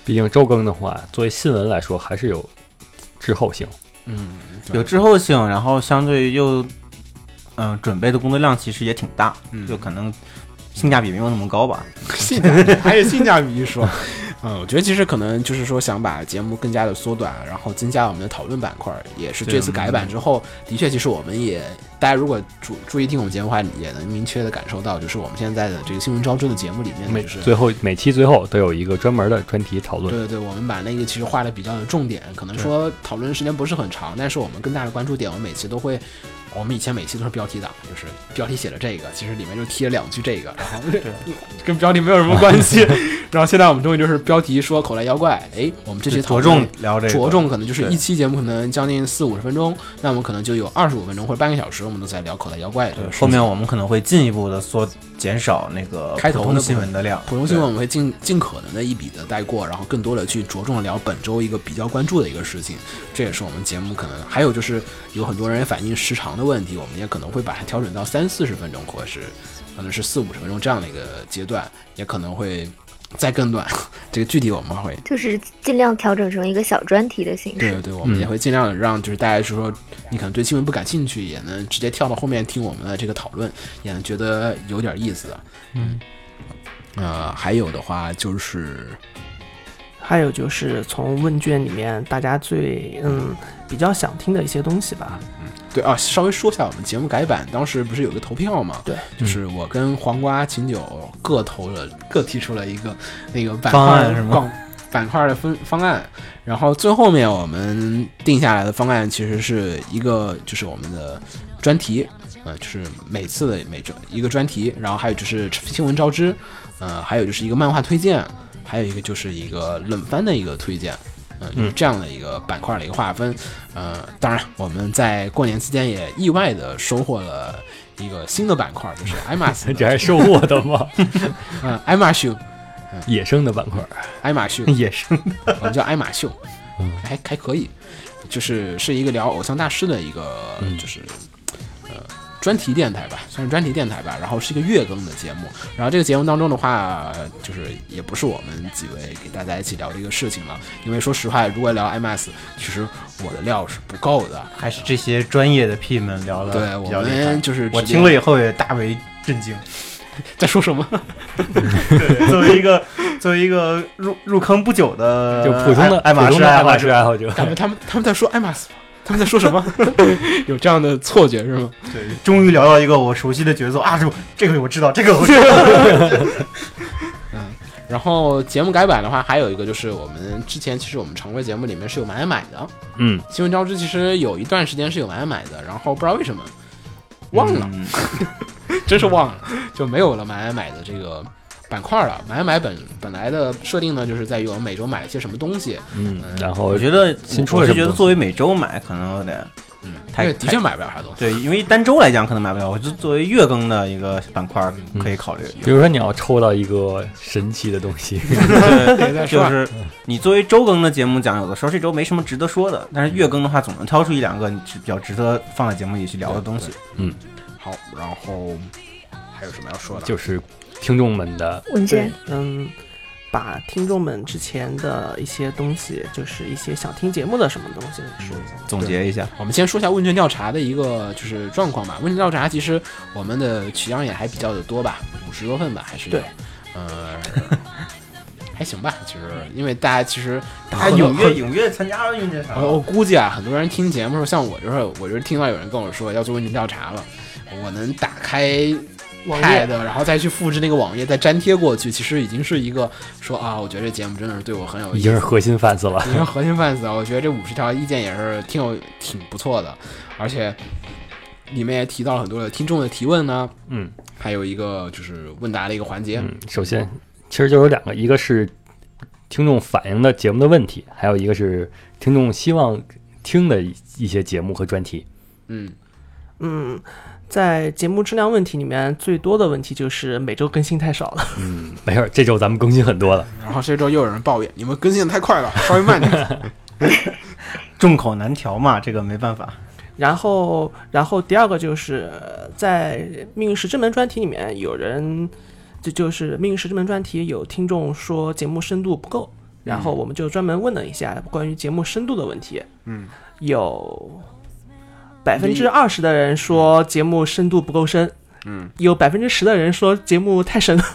S4: 毕竟周更的话，作为新闻来说还是有滞后性。
S3: 嗯，对
S5: 有滞后性，然后相对又，嗯、准备的工作量其实也挺大，
S3: 嗯
S5: 就可能性价比没有那么高吧。
S3: 性价比， (laughs) 还有性价比一说。 (laughs) 嗯，我觉得其实可能就是说想把节目更加的缩短，然后增加我们的讨论板块儿，也是
S5: 对
S3: 这次
S5: 嗯
S3: 改版之后，的确，其实我们也大家如果注注意听我们节目的话，也能明确的感受到，就是我们现在的这个新闻招知的节目里面，
S4: 每
S3: 就是
S4: 最后每期最后都有一个专门的专题讨论
S3: 对。对对，我们把那个其实画的比较有重点，可能说讨论时间不是很长，但是我们更大的关注点，我们每期都会，我们以前每期都是标题党，就是标题写了这个，其实里面就贴了两句这个，然
S5: (laughs)
S3: 后跟标题没有什么关系。然后现在我们终于就是标题说口袋妖怪，哎，我们这期
S5: 就
S3: 讨
S5: 着
S3: 论
S5: 重聊这个，
S3: 着重可能就是
S5: 对
S3: 一期节目可能将近四五十分钟，那我们可能就有二十五分钟或者半个小时，我们都在聊口袋妖怪这
S5: 对
S3: 个事情。
S5: 后面我们可能会进一步的缩减少那个
S3: 开头的
S5: 普通新闻的量，
S3: 普通新闻我们会尽尽可能的一笔的带过，然后更多的去着重地聊本周一个比较关注的一个事情，这也是我们节目可能还有就是有很多人反映时长的问题，我们也可能会把它调整到三四十分钟，或者是可能是四五十分钟这样的一个阶段，也可能会再更短。 (laughs) 这个具体我们会
S1: 就是尽量调整成一个小专题的形
S3: 对
S1: 式。
S3: 对对，我们也会尽量让就是大家是说，你可能对新闻不感兴趣，也能直接跳到后面听我们的这个讨论，也能觉得有点意思。嗯，呃，还有的话就是，
S6: 还有就是从问卷里面大家最嗯比较想听的一些东西吧，
S3: 对啊，稍微说一下我们节目改版，当时不是有个投票嘛？
S6: 对，
S3: 就是我跟黄瓜、秦九各投了，各提出了一个那个板
S5: 方
S3: 块
S5: 案
S3: 的
S5: 是吗
S3: 广板块的分方案，然后最后面我们定下来的方案其实是一个就是我们的专题，呃，就是每次的每周一个专题，然后还有就是新闻招知，呃，还有就是一个漫画推荐，还有一个就是一个冷番的一个推荐。嗯，就是这样的一个板块的一个划分，呃，当然我们在过年期间也意外的收获了一个新的板块，就是 i
S4: (laughs)
S3: m a s
S4: 这还是收获的
S5: (laughs)
S4: 吗？
S3: 嗯 i m a s
S4: (laughs) 野生的板块，
S3: 艾玛
S4: (laughs)
S3: 秀，
S5: 也是
S3: 我们叫艾玛秀，
S5: 嗯
S3: 还还可以，就是是一个聊偶像大师的一个，
S5: 嗯
S3: 就是呃专题电台吧，算是专题电台吧。然后是一个月更的节目，然后这个节目当中的话，就是也不是我们几位给大家一起聊这个事情了，因为说实话，如果聊 MS，其实我的料是不够的。
S5: 还是这些专业的 P 们聊
S3: 对
S5: 的
S3: 我
S5: 比较厉害
S3: 们。就是
S5: 我
S3: 直接
S5: 听了以后也大为
S3: (laughs)
S5: 震惊。
S3: 在说什么？
S5: 对，作为一个作为一个入入坑不久的
S4: 就普通的
S5: 呃爱爱马
S4: 普通
S5: 仕
S4: 的
S5: 爱
S4: 爱马仕
S5: 仕，
S4: 爱好
S5: (laughs)
S4: 者，
S3: 感觉他们他们在说 MS，他们在说什么？ (laughs) 有这样的错觉是吗？
S5: 对，终于聊 (laughs) 到一个我熟悉的角色啊！这这个我知道，这个我知道。
S3: 然后节目改版的话，还有一个就是我们之前其实我们常规节目里面是有买买买的，
S4: 嗯，
S3: 新闻招之其实有一段时间是有买买买的，然后不知道为什么忘了，
S5: 嗯
S3: 真是忘了， (laughs) 就没有了买买买的这个板块了。买买买本本来的设定呢，就是在于我们每周买了些什么东西，
S4: 嗯，然后
S5: 我觉得
S4: 新出
S5: 我
S4: 了
S5: 是
S4: 什么
S5: 觉得
S4: 东西
S5: 作为每周买可能有点
S3: 嗯，
S5: 太
S3: 因为的确买不了啥东西。
S5: 对，因为单周来讲可能买不了，我就作为月更的一个板块可以考虑。
S4: 比如说你要抽到一个神奇的东
S5: (laughs)
S4: 西， (laughs)
S5: 对，就是你作为周更的节目讲，有的时候这周没什么值得说的，但是月更的话总能挑出一两个你是比较值得放在节目里去聊的东西。
S3: 好，然后还有什么要说的？
S4: 就是听众们的
S1: 文娟，，
S6: 嗯，把听众们之前的一些东西，就是一些想听节目的什么东西说一下。
S5: 总结一下，
S3: 我们先说一下问卷调查的一个就是状况吧。问卷调查其实我们的取样也还比较的多吧，五十多份吧，还是有
S6: 对，
S3: 呃，还行吧。就是因为大家其
S6: (laughs)
S3: 实大
S5: 还
S3: 家有
S5: 哎踊跃踊跃参加了运动
S3: 我我估计啊，很多人听节目的时候，像我就是，我就是听到有人跟我说要做问卷调查了，我能打开
S6: 网
S3: pad，
S6: 页
S3: 然后再去复制那个网页，再粘贴过去，其实已经是一个说啊，我觉得这节目真的是对我很有
S4: 已
S3: 意
S4: 经
S3: 思
S4: 是。核心 fans 了。
S3: 已经是核心 fans 了，我觉得这五十条意见也是挺有挺不错的，而且里面也提到了很多的听众的提问呢，
S4: 嗯
S3: 还有一个就是问答的一个环节，
S4: 嗯，首先其实就有两个，一个是听众反映的节目的问题，还有一个是听众希望听的一一些节目和专题。
S3: 嗯，
S6: 嗯，在节目质量问题里面，最多的问题就是每周更新太少了。
S4: 嗯，没事儿，这周咱们更新很多了。
S3: 然后这周又有人抱怨你们更新的太快了，稍微慢
S4: (laughs)
S3: 点，
S5: 众口难调嘛，这个没办法。
S6: 然后，然后第二个就是呃在《命运石之门》专题里面，有人就就是《命运石之门》专题有听众说节目深度不够，然后我们就专门问了一下关于节目深度的问题。
S3: 嗯，
S6: 有百分之二十的人说节目深度不够深，
S3: 嗯，
S6: 有百分之十的人说节目太深了。 (laughs)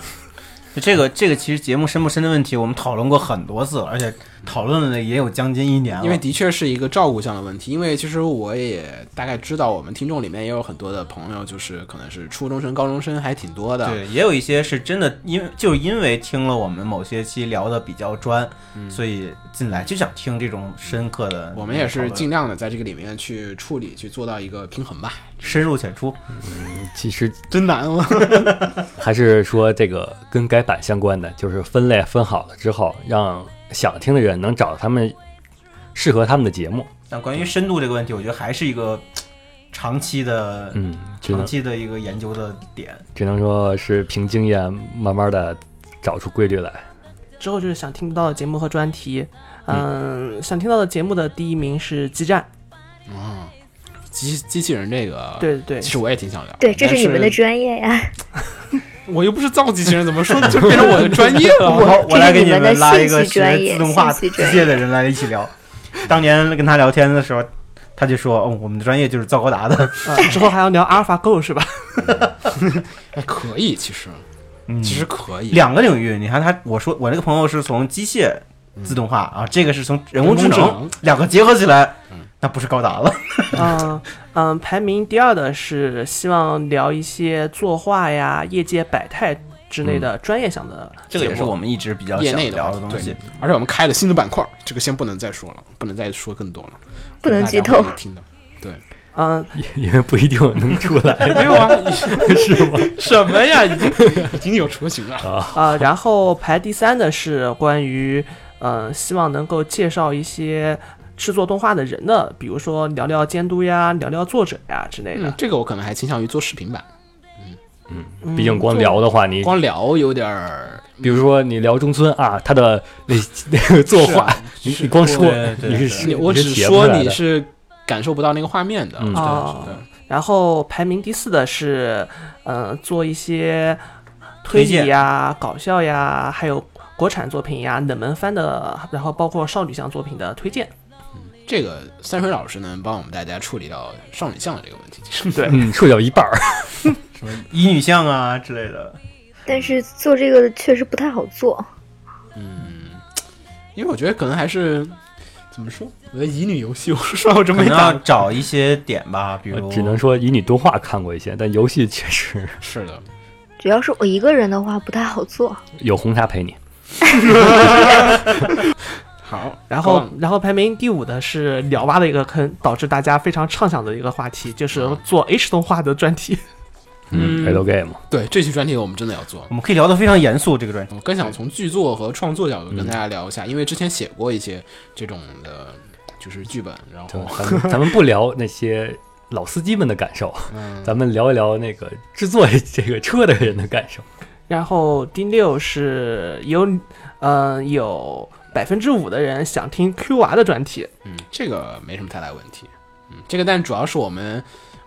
S5: 就这个这个其实节目深不深的问题，我们讨论过很多次了，而且讨论了也有将近一年了。
S3: 因为的确是一个照顾上的问题，因为其实我也大概知道，我们听众里面也有很多的朋友，就是可能是初中生、高中生还挺多的，
S5: 对，
S1: 啊
S5: 也有一些是真的因为就因为听了我们某些期聊的比较专，
S1: 嗯
S5: 所以进来就想听这种深刻的讨论。
S3: 我们也是尽量的在这个里面去处理，去做到一个平衡吧，
S5: 深入浅出。
S4: 其实
S3: 真难啊。
S4: 还是说这个跟改版相关的，就是分类分好了之后，让想听的人能找到他们适合他们的节目。
S5: 但关于深度这个问题，我觉得还是一个嘖长期的、
S4: 嗯，只
S5: 长
S4: 能
S5: 期的一个研究的
S1: (laughs)
S5: 点。
S4: 只能说是凭经验慢慢的找出规律来。 (laughs)
S6: 之后就是想听不到的节目和专题，嗯，想听到的节目的第一名是激战，
S3: 啊， (laughs) 机机器人这个，
S6: 对对
S3: 其
S6: 对，
S3: 实我也挺想聊。
S1: 对，这
S3: 但
S1: 是
S3: 是
S1: 你们的专业呀，
S3: 我又不是造机器人，怎么说就变成我的专业了？
S5: 我我来给你们拉一
S1: 这是你们的
S5: 个
S1: 兴趣专业
S5: 学自动化
S1: 兴
S5: 机
S1: 趣专业
S5: 械的人来一起聊。当年跟他聊天的时候，他就说：“哦，我们的专业就是造高达的。
S6: 呃，之后还要聊阿尔法狗是吧？
S3: (laughs) 哎，可以，其实”
S5: 嗯
S3: 其实可以。
S5: 两个领域，你看他，我说我那个朋友是从机械自动化啊，这个是从人工智
S3: 人工智
S5: 能
S3: 能嗯
S5: 两个结合起来，那不是高达了。
S6: 嗯嗯，排名第二的是希望聊一些作画呀、业界百态之类
S4: 嗯
S6: 的专业项的节目，
S5: 们一直比较
S3: 业内的话题对。而且我们开了新的板块，这个先不能再说了，不能再说更多了，
S1: 不能
S3: 大家
S1: 剧透
S3: 会听到
S6: 嗯，
S4: 因为不一定能出来，
S3: (laughs) 没有啊，
S4: 是吗？
S3: 什么呀？已经 (laughs) 已经有雏形了。
S6: 啊，然后排第三的是关于，呃，希望能够介绍一些制作动画的人的，比如说聊聊监督呀、聊聊作者呀之类
S3: 嗯
S6: 的。，
S3: 这个我可能还倾向于做视频版，
S4: 毕竟光聊的话，你
S3: 光聊有点儿。
S4: 比如说你聊中村啊，他的那 (laughs) 那个作画，
S3: 啊
S4: 你你光说
S5: 对对
S4: 你
S5: 对
S4: 是
S3: 你我
S4: 是
S3: 只
S4: 写不出
S3: 说
S4: 来
S3: 你
S4: 的
S3: 是感受不到那个画面的。
S4: 嗯
S3: 对
S6: 哦
S3: 对
S6: 然后排名第四的是，呃，做一些推理呀、搞笑呀，还有国产作品啊呀、冷门番的，然后包括少女向作品的推荐。
S3: 这个三水老师能帮我们大家处理到少女像的这个问题。
S6: 对
S4: 嗯，处理到一半儿，
S5: 乙女像啊之类的，
S1: 但是做这个确实不太好做。
S3: 因为我觉得可能还是怎么说，我的乙女游戏我是说我真
S5: 可
S3: 没
S5: 能
S3: 打
S5: 要，找一些点吧，比
S3: 哦
S5: 如
S4: 呃只能说以你动画看过一些，但游戏确实
S3: 是的，
S1: 主要是我一个人的话不太好做，
S4: 有红茶陪你。
S3: 好，
S6: 然后
S3: 高，
S6: 然后排名第五的是鸟蛙的一个坑，导致大家非常畅想的一个话题，就是做 H 动画的专题。
S3: 嗯
S4: ，Hello Game，
S3: 对这期专题我们真的要做
S5: 我。们可以聊得非常严肃这个专题。
S3: 我嗯更想从剧作和创作角度跟大家聊一下，因为之前写过一些这种的，就是剧本，
S4: (laughs)
S3: 然
S4: 对
S3: 后
S4: 咱们咱们不聊那些老司机们的感受，
S3: 嗯，
S4: (laughs) 咱们聊一聊那个制作这个车的人的感受。
S6: (laughs) 然后第六是有，嗯、有百分之五的人想听 Q 娃的专题。
S3: 嗯，这个没什么太大问题。嗯，这个但主要是我们，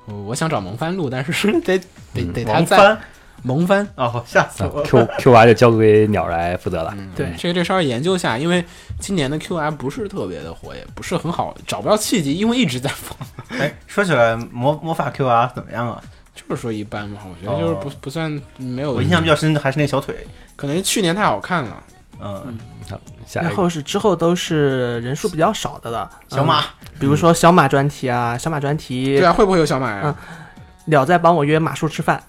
S3: 呃我想找蒙帆录，但是 (laughs) 得得得他
S5: 王
S3: 在
S5: 帆
S3: 蒙嗯帆。
S5: 哦，吓死
S4: 啊 (laughs)
S5: 我了！
S4: Q Q 娃就交给鸟儿来负责了。
S3: 嗯
S6: 对
S3: 这个这稍微研究一下，因为今年的 QR 不是特别的火，也不是很好，找不到契机，因为一直在放，
S5: 哎，说起来魔魔法 QR 怎么样啊？
S3: 就是说一般嘛。我觉得就是不、不算没有，
S5: 我印象比较深的还是那小腿，
S3: 可能去年太好看了。
S5: 嗯，
S4: 下
S6: 然
S4: 一个
S6: 后是之后都是人数比较少的了，
S5: 小马
S6: 嗯，比如说小马专题啊，小马专题
S3: 对，啊，会不会有小马呀、
S5: 嗯
S6: 鸟在帮我约马叔吃饭。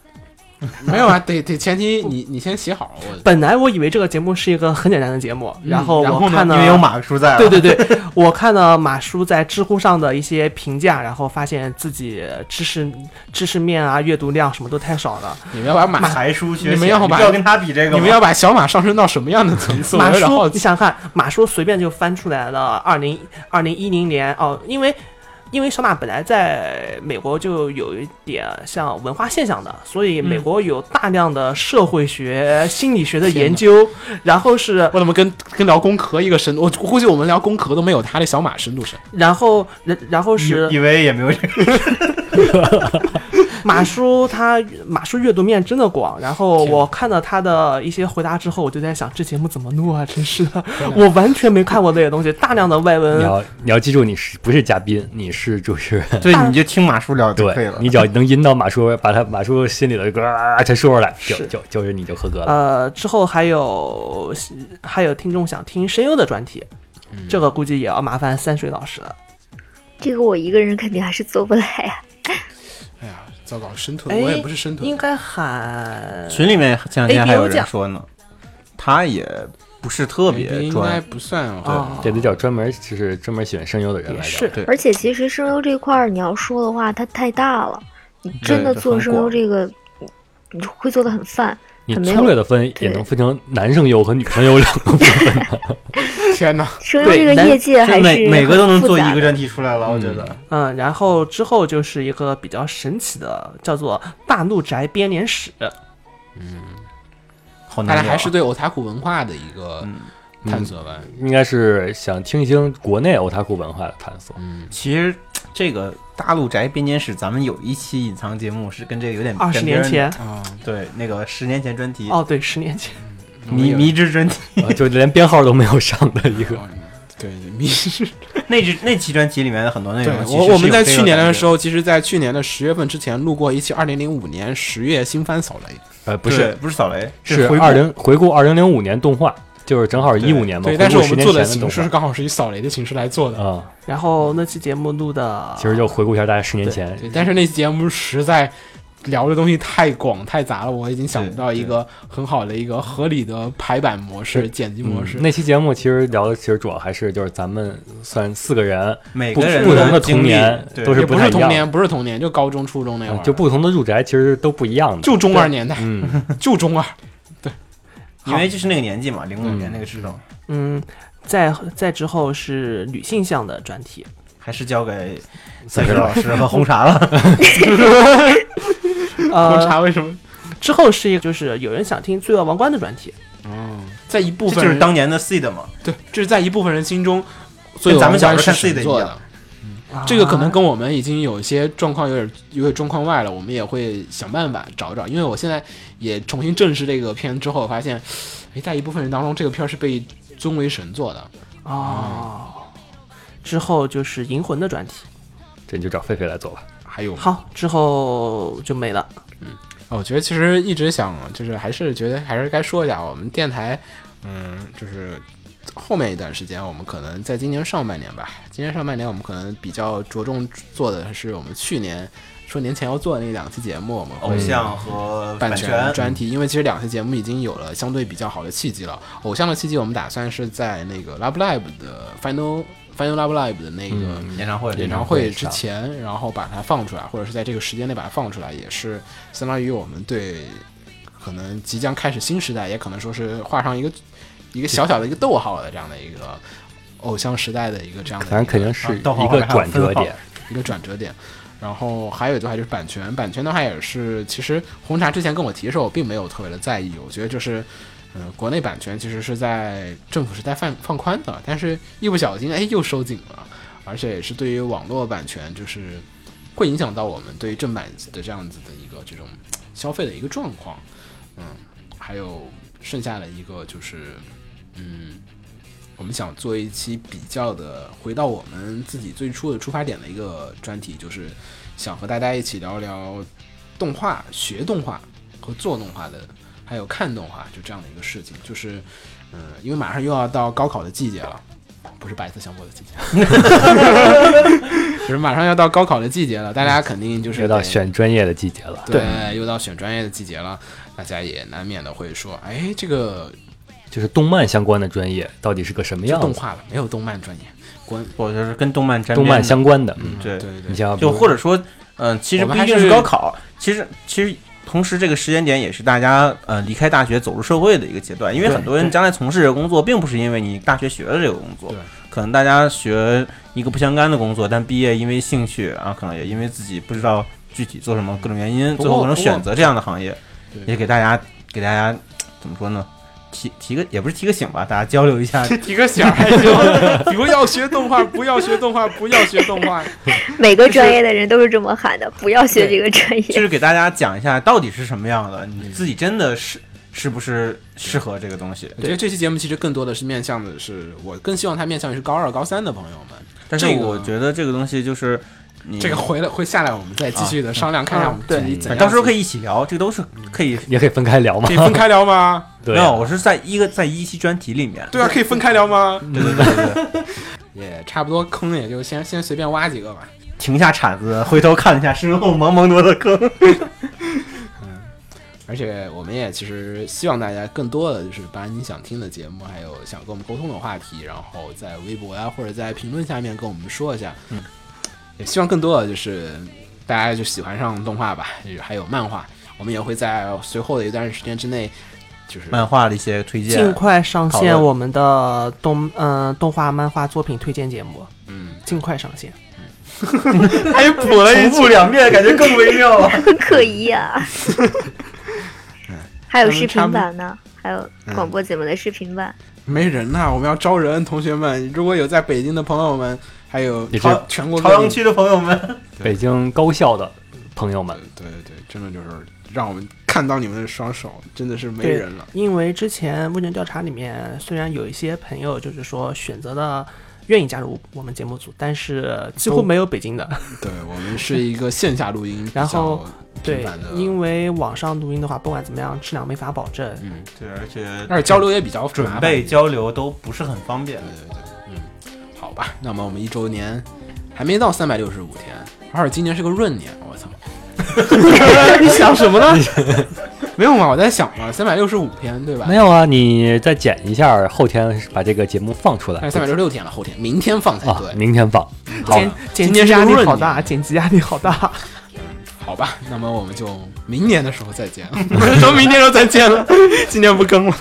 S3: 没有啊，得得前提你你先写好，我
S6: 本来我以为这个节目是一个很简单的节目，然后
S3: 然
S6: 我
S3: 后呢
S6: 看
S5: 因
S6: 了，
S5: 为有马叔在啊，
S6: (laughs) 对对对，我看了马叔在知乎上的一些评价，然后发现自己知识知识面啊、阅读量什么都太少了。
S3: 你们要把马，
S5: 才疏学
S3: 你
S5: 浅，
S3: 们要
S5: 你
S3: 把
S5: 不要跟他比这个吗，
S3: 你们要把小马上升到什么样的层次？我
S6: 马
S3: 有点好
S6: 叔，你
S3: 奇。
S6: 想看马叔随便就翻出来了二零二零一零年哦，因为因为小马本来在美国就有一点像文化现象的，所以美国有大量的社会学、心理学的研究，然后是
S3: 我怎么跟跟聊工壳一个深度？我我估计我们聊工壳都没有他的小马深度深。
S6: 然后然然后是
S5: 以以为也没有这个，
S6: 马叔他马叔阅读面真的广，然后我看了他的一些回答之后，我就在想这节目怎么录啊？真是的，我完全没看过类的东西，大量的外
S4: 你
S6: 文，
S4: 要你要记住，你是不是嘉宾，你是主持人。
S5: 对，你就听马叔聊就可以
S4: 对
S5: 了。
S4: 你只要能引导马叔，把他马叔心里的歌儿全说出来，就是就就是你就合格了。
S6: 呃，之后还有还有听众想听声优的专题，这个估计也要麻烦三水老师了。
S1: 这个我一个人肯定还是做不来呀、
S3: 哎呀，糟糕，深
S6: 哎
S3: 吞，我也不是深
S6: 应
S3: 吞。
S6: 该喊
S5: 群里面前两天
S1: 哎
S6: ABO
S5: 还有人
S6: 酱
S5: 说呢，他也不是特别
S3: 应该
S5: 专，
S3: 不算哦。
S6: 哦，
S4: 这得叫专门就是专门喜欢声优的人
S6: 也
S4: 来
S6: 是
S4: 聊。
S5: 对
S1: (laughs) 而且其实声优这块儿，你要说的话，它太大了。你真的
S5: 对
S1: 做
S5: 很
S1: 声优
S5: 广
S1: 这个，你你会做的很泛。
S4: 你
S1: 很没
S4: 粗
S1: 有
S4: 略的分也
S1: 对
S4: 能分成男声优和女声优两个部分 (laughs) 的。
S3: 天哪，
S1: 声优
S6: 对
S1: 这个
S6: 但
S1: 业界还
S5: 就是每每个都能
S1: 很复
S5: 做
S1: 杂
S5: 一个
S1: 的
S5: 专题出来了，我觉得。
S6: 嗯，然后之后就是一个比较神奇的，叫做《大陆宅编年史》。
S5: 好
S3: 大
S5: 难
S3: 家
S5: 聊啊
S3: 还是对 otaku 文化的一个
S5: 嗯
S3: 探索吧。
S4: 应该是想听一听国内欧塔库文化的探索。
S5: 其实这个大陆宅编年史，咱们有一期隐藏节目是跟这个有点
S6: 二十年前，，
S5: 嗯
S3: 啊，
S5: 对，那个十年前专题，
S6: 哦，对，十年前，
S5: 迷迷之专
S4: (laughs)
S5: 题，
S4: 啊就连编号都没有上的一个。
S3: 对，迷失。
S5: 那只那期专题里面的很多内
S3: 对
S5: 容，其实
S3: 我
S5: 是
S3: 我们
S5: 有
S3: 在
S5: 这
S3: 去
S5: 个
S3: 年
S5: 感
S3: 的
S5: 觉
S3: 时候，其实，在去年的十月份之前录过一期二零零五年十月新番扫雷，
S4: 呃，不
S5: 对
S4: 是，
S5: 不是扫雷，
S4: 是
S5: 回顾
S4: 二零回顾二零零五年动画，就是正好一五年嘛。
S3: 对，
S4: 回
S3: 但是
S4: 顾
S3: 我
S4: 十
S3: 们
S4: 年
S3: 做
S4: 前
S3: 的
S4: 的
S3: 形
S4: 动
S3: 式
S4: 画
S3: 是刚好是以扫雷的形式来做
S5: 嗯
S3: 的。
S4: 啊，
S6: 然后那期节目录的，
S4: 其实就回顾一下大家十年前
S3: 对，但是那期节目实在聊的东西太广太杂了，我已经想不
S5: 对
S3: 到一
S5: 对
S3: 个很好的一个合理的排版模式、剪辑
S5: 嗯
S3: 模式。
S4: 嗯那期节目其实聊的，其实主要还是就是咱们算四个人，
S5: 每
S4: 不
S5: 个人
S4: 不同的
S5: 经
S4: 童
S5: 历
S4: 年
S5: 对
S4: 都
S3: 也
S4: 是
S3: 不
S4: 太
S3: 是
S4: 一
S3: 童
S4: 样的，
S3: 年，不是童年，就高中、初中那会
S4: 嗯
S3: 儿，
S4: 就不同的入宅其实都不一样的。
S3: 就中二年代， (laughs)
S4: 嗯，
S3: 就中
S5: (laughs)
S3: 二。
S5: 啊因为就是那个年纪嘛，零五年那个时候，
S6: 嗯，在在之后是女性向的专题，
S5: 还是交给
S4: 三
S5: 三
S4: 十
S5: 水
S4: 老
S5: 老师和红 (laughs) 茶了。
S3: 我
S6: 呃，
S3: 查为什么？
S6: 之后是一个就是有人想听《罪恶王冠》的专题，
S3: 在一部
S5: 这
S3: 分
S5: 就是
S3: 人
S5: 当年的 seed 嘛，
S3: 对，这是在一部分人心中，
S5: 跟咱们小时候
S3: 是
S5: 看 C 的一
S3: 做的
S5: 样。
S3: 这个可能
S6: 啊
S3: 跟我们已经有一些状况有点有点状况外了，我们也会想办法找找。因为我现在也重新正视这个片之后，发现，哎，在一部分人当中，这个片儿是被尊为神作的。
S6: 哦，之后就是《银魂》的专题，
S4: 这你就找狒狒来做吧。
S3: 还有，
S6: 好，之后就没了。
S3: 哦我觉得其实一直想，就是还是觉得还是该说一下我们电台，嗯，就是后面一段时间，我们可能在今年上半年吧，今年上半年我们可能比较着重做的是我们去年说年前要做的那两期节目，我们会
S5: 偶像和
S3: 版
S5: 权
S3: 专题，因为其实两期节目已经有了相对比较好的契机了。偶像的契机，我们打算是在那个 Love Live 的 Final Final Love Live 的那个
S4: 嗯
S5: 演唱会
S3: 演唱会之前，然后把它放出来，或者是在这个时间内把它放出来，也是相当于我们对可能即将开始新时代，也可能说是画上一个一个小小的一个逗号的这样的一个偶像时代的一个这样的一个，
S4: 反正肯定是
S5: 到后
S4: 一
S5: 面
S4: 个
S5: 还有
S4: 转折
S5: 分号
S4: 点。
S3: 一个转折点。然后还有一句话就是版权，版权的话也是，其实红茶之前跟我提的时候，我并没有特别的在意，我觉得就是，嗯、国内版权其实是在政府是在放放宽的，但是一不小心哎又收紧了，而且也是对于网络版权就是会影响到我们对于正版的这样子的一个这种消费的一个状况，嗯，还有剩下的一个就是，嗯，我们想做一期比较的，回到我们自己最初的出发点的一个专题，就是想和大家一起聊聊动画、学动画和做动画的，还有看动画，就这样的一个事情。就是，嗯、因为马上又要到高考的季节了，不是白色相播的季节， (laughs) 就是马上要到高考的季节了，大家肯定就是
S4: 又到
S3: 得
S4: 选专业的季节了，
S3: 对，又到选专业的季节了，大家也难免的会说，哎，这个
S4: 就是动漫相关的专业到底是个什么
S3: 这
S4: 样
S3: 动
S4: 子？
S3: 画了，没有动漫专业，关
S5: 或者是跟动漫沾
S4: 动
S5: 边
S4: 漫
S5: 的
S4: 相关的，嗯，
S5: 对
S3: 对，对
S4: 你像
S5: 就
S4: 比如
S5: 或者说，嗯、其实
S3: 我
S5: 不
S3: 们
S5: 一
S3: 还
S5: 定
S3: 是
S5: 是高考，其实其实同时这个时间点也是大家呃离开大学走入社会的一个阶段，因为
S3: 对
S5: 很多人将来从事这个工作，并不是因为你大学学了这个工作
S3: 对，
S5: 可能大家学一个不相干的工作，但毕业因为兴趣啊，可能也因为自己不知道具体做什么各种原因，
S3: 不
S5: 最后
S3: 过
S5: 可能
S3: 不
S5: 选
S3: 过
S5: 择这样的行业，
S3: 对
S5: 也给大家给大家怎么说呢？提提个也不是提个醒吧，大家交流一 (laughs) 下
S3: 提个醒儿还行，不要学动画，不要学动画，不要学动 (laughs) 画。
S1: 每个专业的人都是这么喊的，不要学这个专
S5: 就
S1: 业。
S5: 是给大家讲一下到底是什么样的，你自己真的是是不是适合这个东西？
S3: 我觉得这期节目其实更多的是面向的是，我更希望它面向于是高二、高三的朋友们。
S5: 但是
S3: 这个
S5: 我觉得这个东西就是你嗯
S3: 这个回来会下来，我们再继续的商量，看一下我们
S6: 对
S3: 具体怎样。
S5: 到时候可
S3: 以
S5: 以一起聊，这个都是可以。
S4: 也可以分开聊嘛
S3: 可以。分开聊吗？
S4: 对
S5: 没有，我是在一个在一期专题里
S3: (laughs)
S5: 面，
S3: 对啊，可以分开聊吗？
S5: 对对对对，
S3: 也差不多，坑也就先先随便挖几个吧。
S5: 停下铲子，回头看一下身后茫茫多的坑。
S3: 而且我们也其实希望大家更多的就是把你想听的节目，还有想跟我们沟通的话题，然后在微博呀、或者在评论下面跟我们说一下。嗯，也希望更多的就是大家就喜欢上动画吧，也还有漫画，我们也会在随后的一段时间之内，就是
S5: 漫画的一些推
S6: 尽
S5: 荐，
S6: 快上
S5: 讨论
S6: 线我们的动嗯、动画漫画作品推荐节目，
S3: 嗯，
S6: 尽快上线。
S5: 还补了一句两遍，感觉更微妙 (laughs) 了。
S1: 可疑
S5: (laughs)
S1: 啊！还有
S5: 嗯
S1: 视频版呢，还有
S3: 嗯
S1: 广播节目的视频版。
S3: 没人呐、我们要招人，同学们，如果有在北京的朋友们，还有
S4: 也
S3: 朝
S4: 是
S3: 全国各
S5: 朝阳
S3: 地
S5: 区的朋友们，
S4: 北京高校的朋友
S3: (laughs)
S4: 们，
S3: 对对对，真的就是让我们看到你们的双手，真的是没
S6: 对
S3: 人了。
S6: 因为之前问卷调查里面，虽然有一些朋友就是说选择了愿意加入我们节目组，但是几乎
S3: 都
S6: 没有北京的。
S3: (laughs) 对我们是一个线下录音，
S6: 然后
S3: 频
S6: 对
S3: 繁的，，
S6: 因为网上录音的话，不管怎么样，质量没法保证。
S3: 嗯，
S5: 对，而且
S3: 但是交流也比较
S5: 准
S3: 麻烦
S5: 备，交流都不是很方便
S3: 对。对对，嗯，好吧，那么我们一周年还没到三百六十五天，而且今年是个闰年，我操！哎你想什么呢？ (laughs) 没有嘛，我在想嘛，三百六十五天对吧
S4: (laughs) 没？有啊？你再剪一下，后天把这个节目放出来
S3: 哎，三百六十六天了，后天明天放才
S4: 啊，
S3: 对。
S4: 明天放。好，
S6: 剪
S3: 哦今
S6: 剪
S3: 天
S6: 辑
S3: 是
S6: 压力
S3: 闰
S6: 好
S3: 年
S6: 大，剪辑压力好大。
S3: 好吧，那么我们就明年的时候再 (laughs) 见了，从明天时候再见了， (laughs) 今年不更了。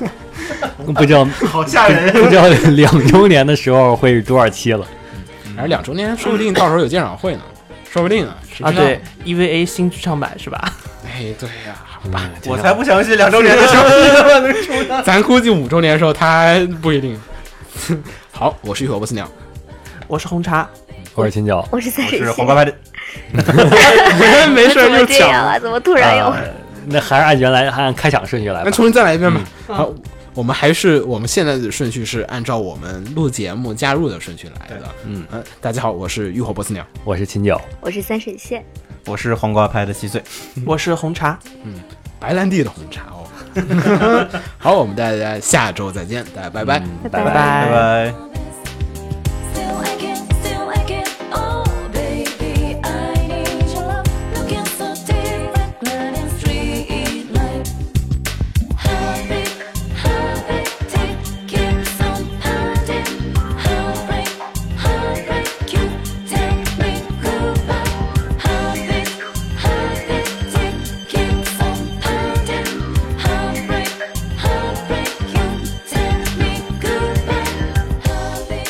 S3: (laughs)
S4: 不知道
S5: (laughs) 好吓人！
S4: 不知道两周年的时候会是多少期了？
S3: 而哎两周年，说不定到时候有鉴赏会呢，说不定啊，谁知道
S6: 啊，对，EVA 新剧场版是吧？
S3: 哎，对呀、好吧。
S4: 嗯，
S5: 我才不相信两周 (laughs) 年的时候能出呢。
S3: 咱估计五周年的时候他不一定。 (laughs) 好，我是一口不死鸟，
S6: 我是红茶，
S4: 我是秦九，
S1: 我是三
S5: 我
S1: 水
S5: 是
S1: 星
S5: 黄，瓜派的，
S3: (laughs) 没事
S1: 怎
S3: 儿
S1: 么
S3: 又
S1: 这
S3: 抢
S1: 样
S3: 了，
S1: 啊？怎么突然有？
S4: 呃那还是按原来按开场顺序来
S3: 那
S4: 吧。
S3: 重新再来一遍吧。好，我们还是我们现在的顺序是按照我们录节目加入的顺序来的。
S4: 嗯，
S3: 嗯，大家好，我是浴火波斯鸟。
S4: 我是秦九，
S1: 我是三水线，
S5: 我是黄瓜派的七岁。
S6: 我是红茶，
S3: 白兰地的红茶哦， (laughs)
S1: (laughs)
S3: 好，我们大家下周再见，大家拜拜。
S4: 拜
S1: 拜
S5: 拜拜。
S2: Still I can't, still I can't. Oh, baby, I need your love. Looking so deep, red and street light. Heartbeat, heartbeat, take care somehow. Heartbreak, heartbreak, you take me goodbye. Heartbeat, heartbeat, take care somehow. Heartbreak, heartbreak, you take me goodbye. Heartbeat, heartbeat, take care somehow. Heartbreak, heartbreak, you take me goodbye. Heartbeat.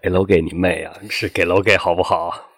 S4: 给楼给你妹啊，是给楼给好不好？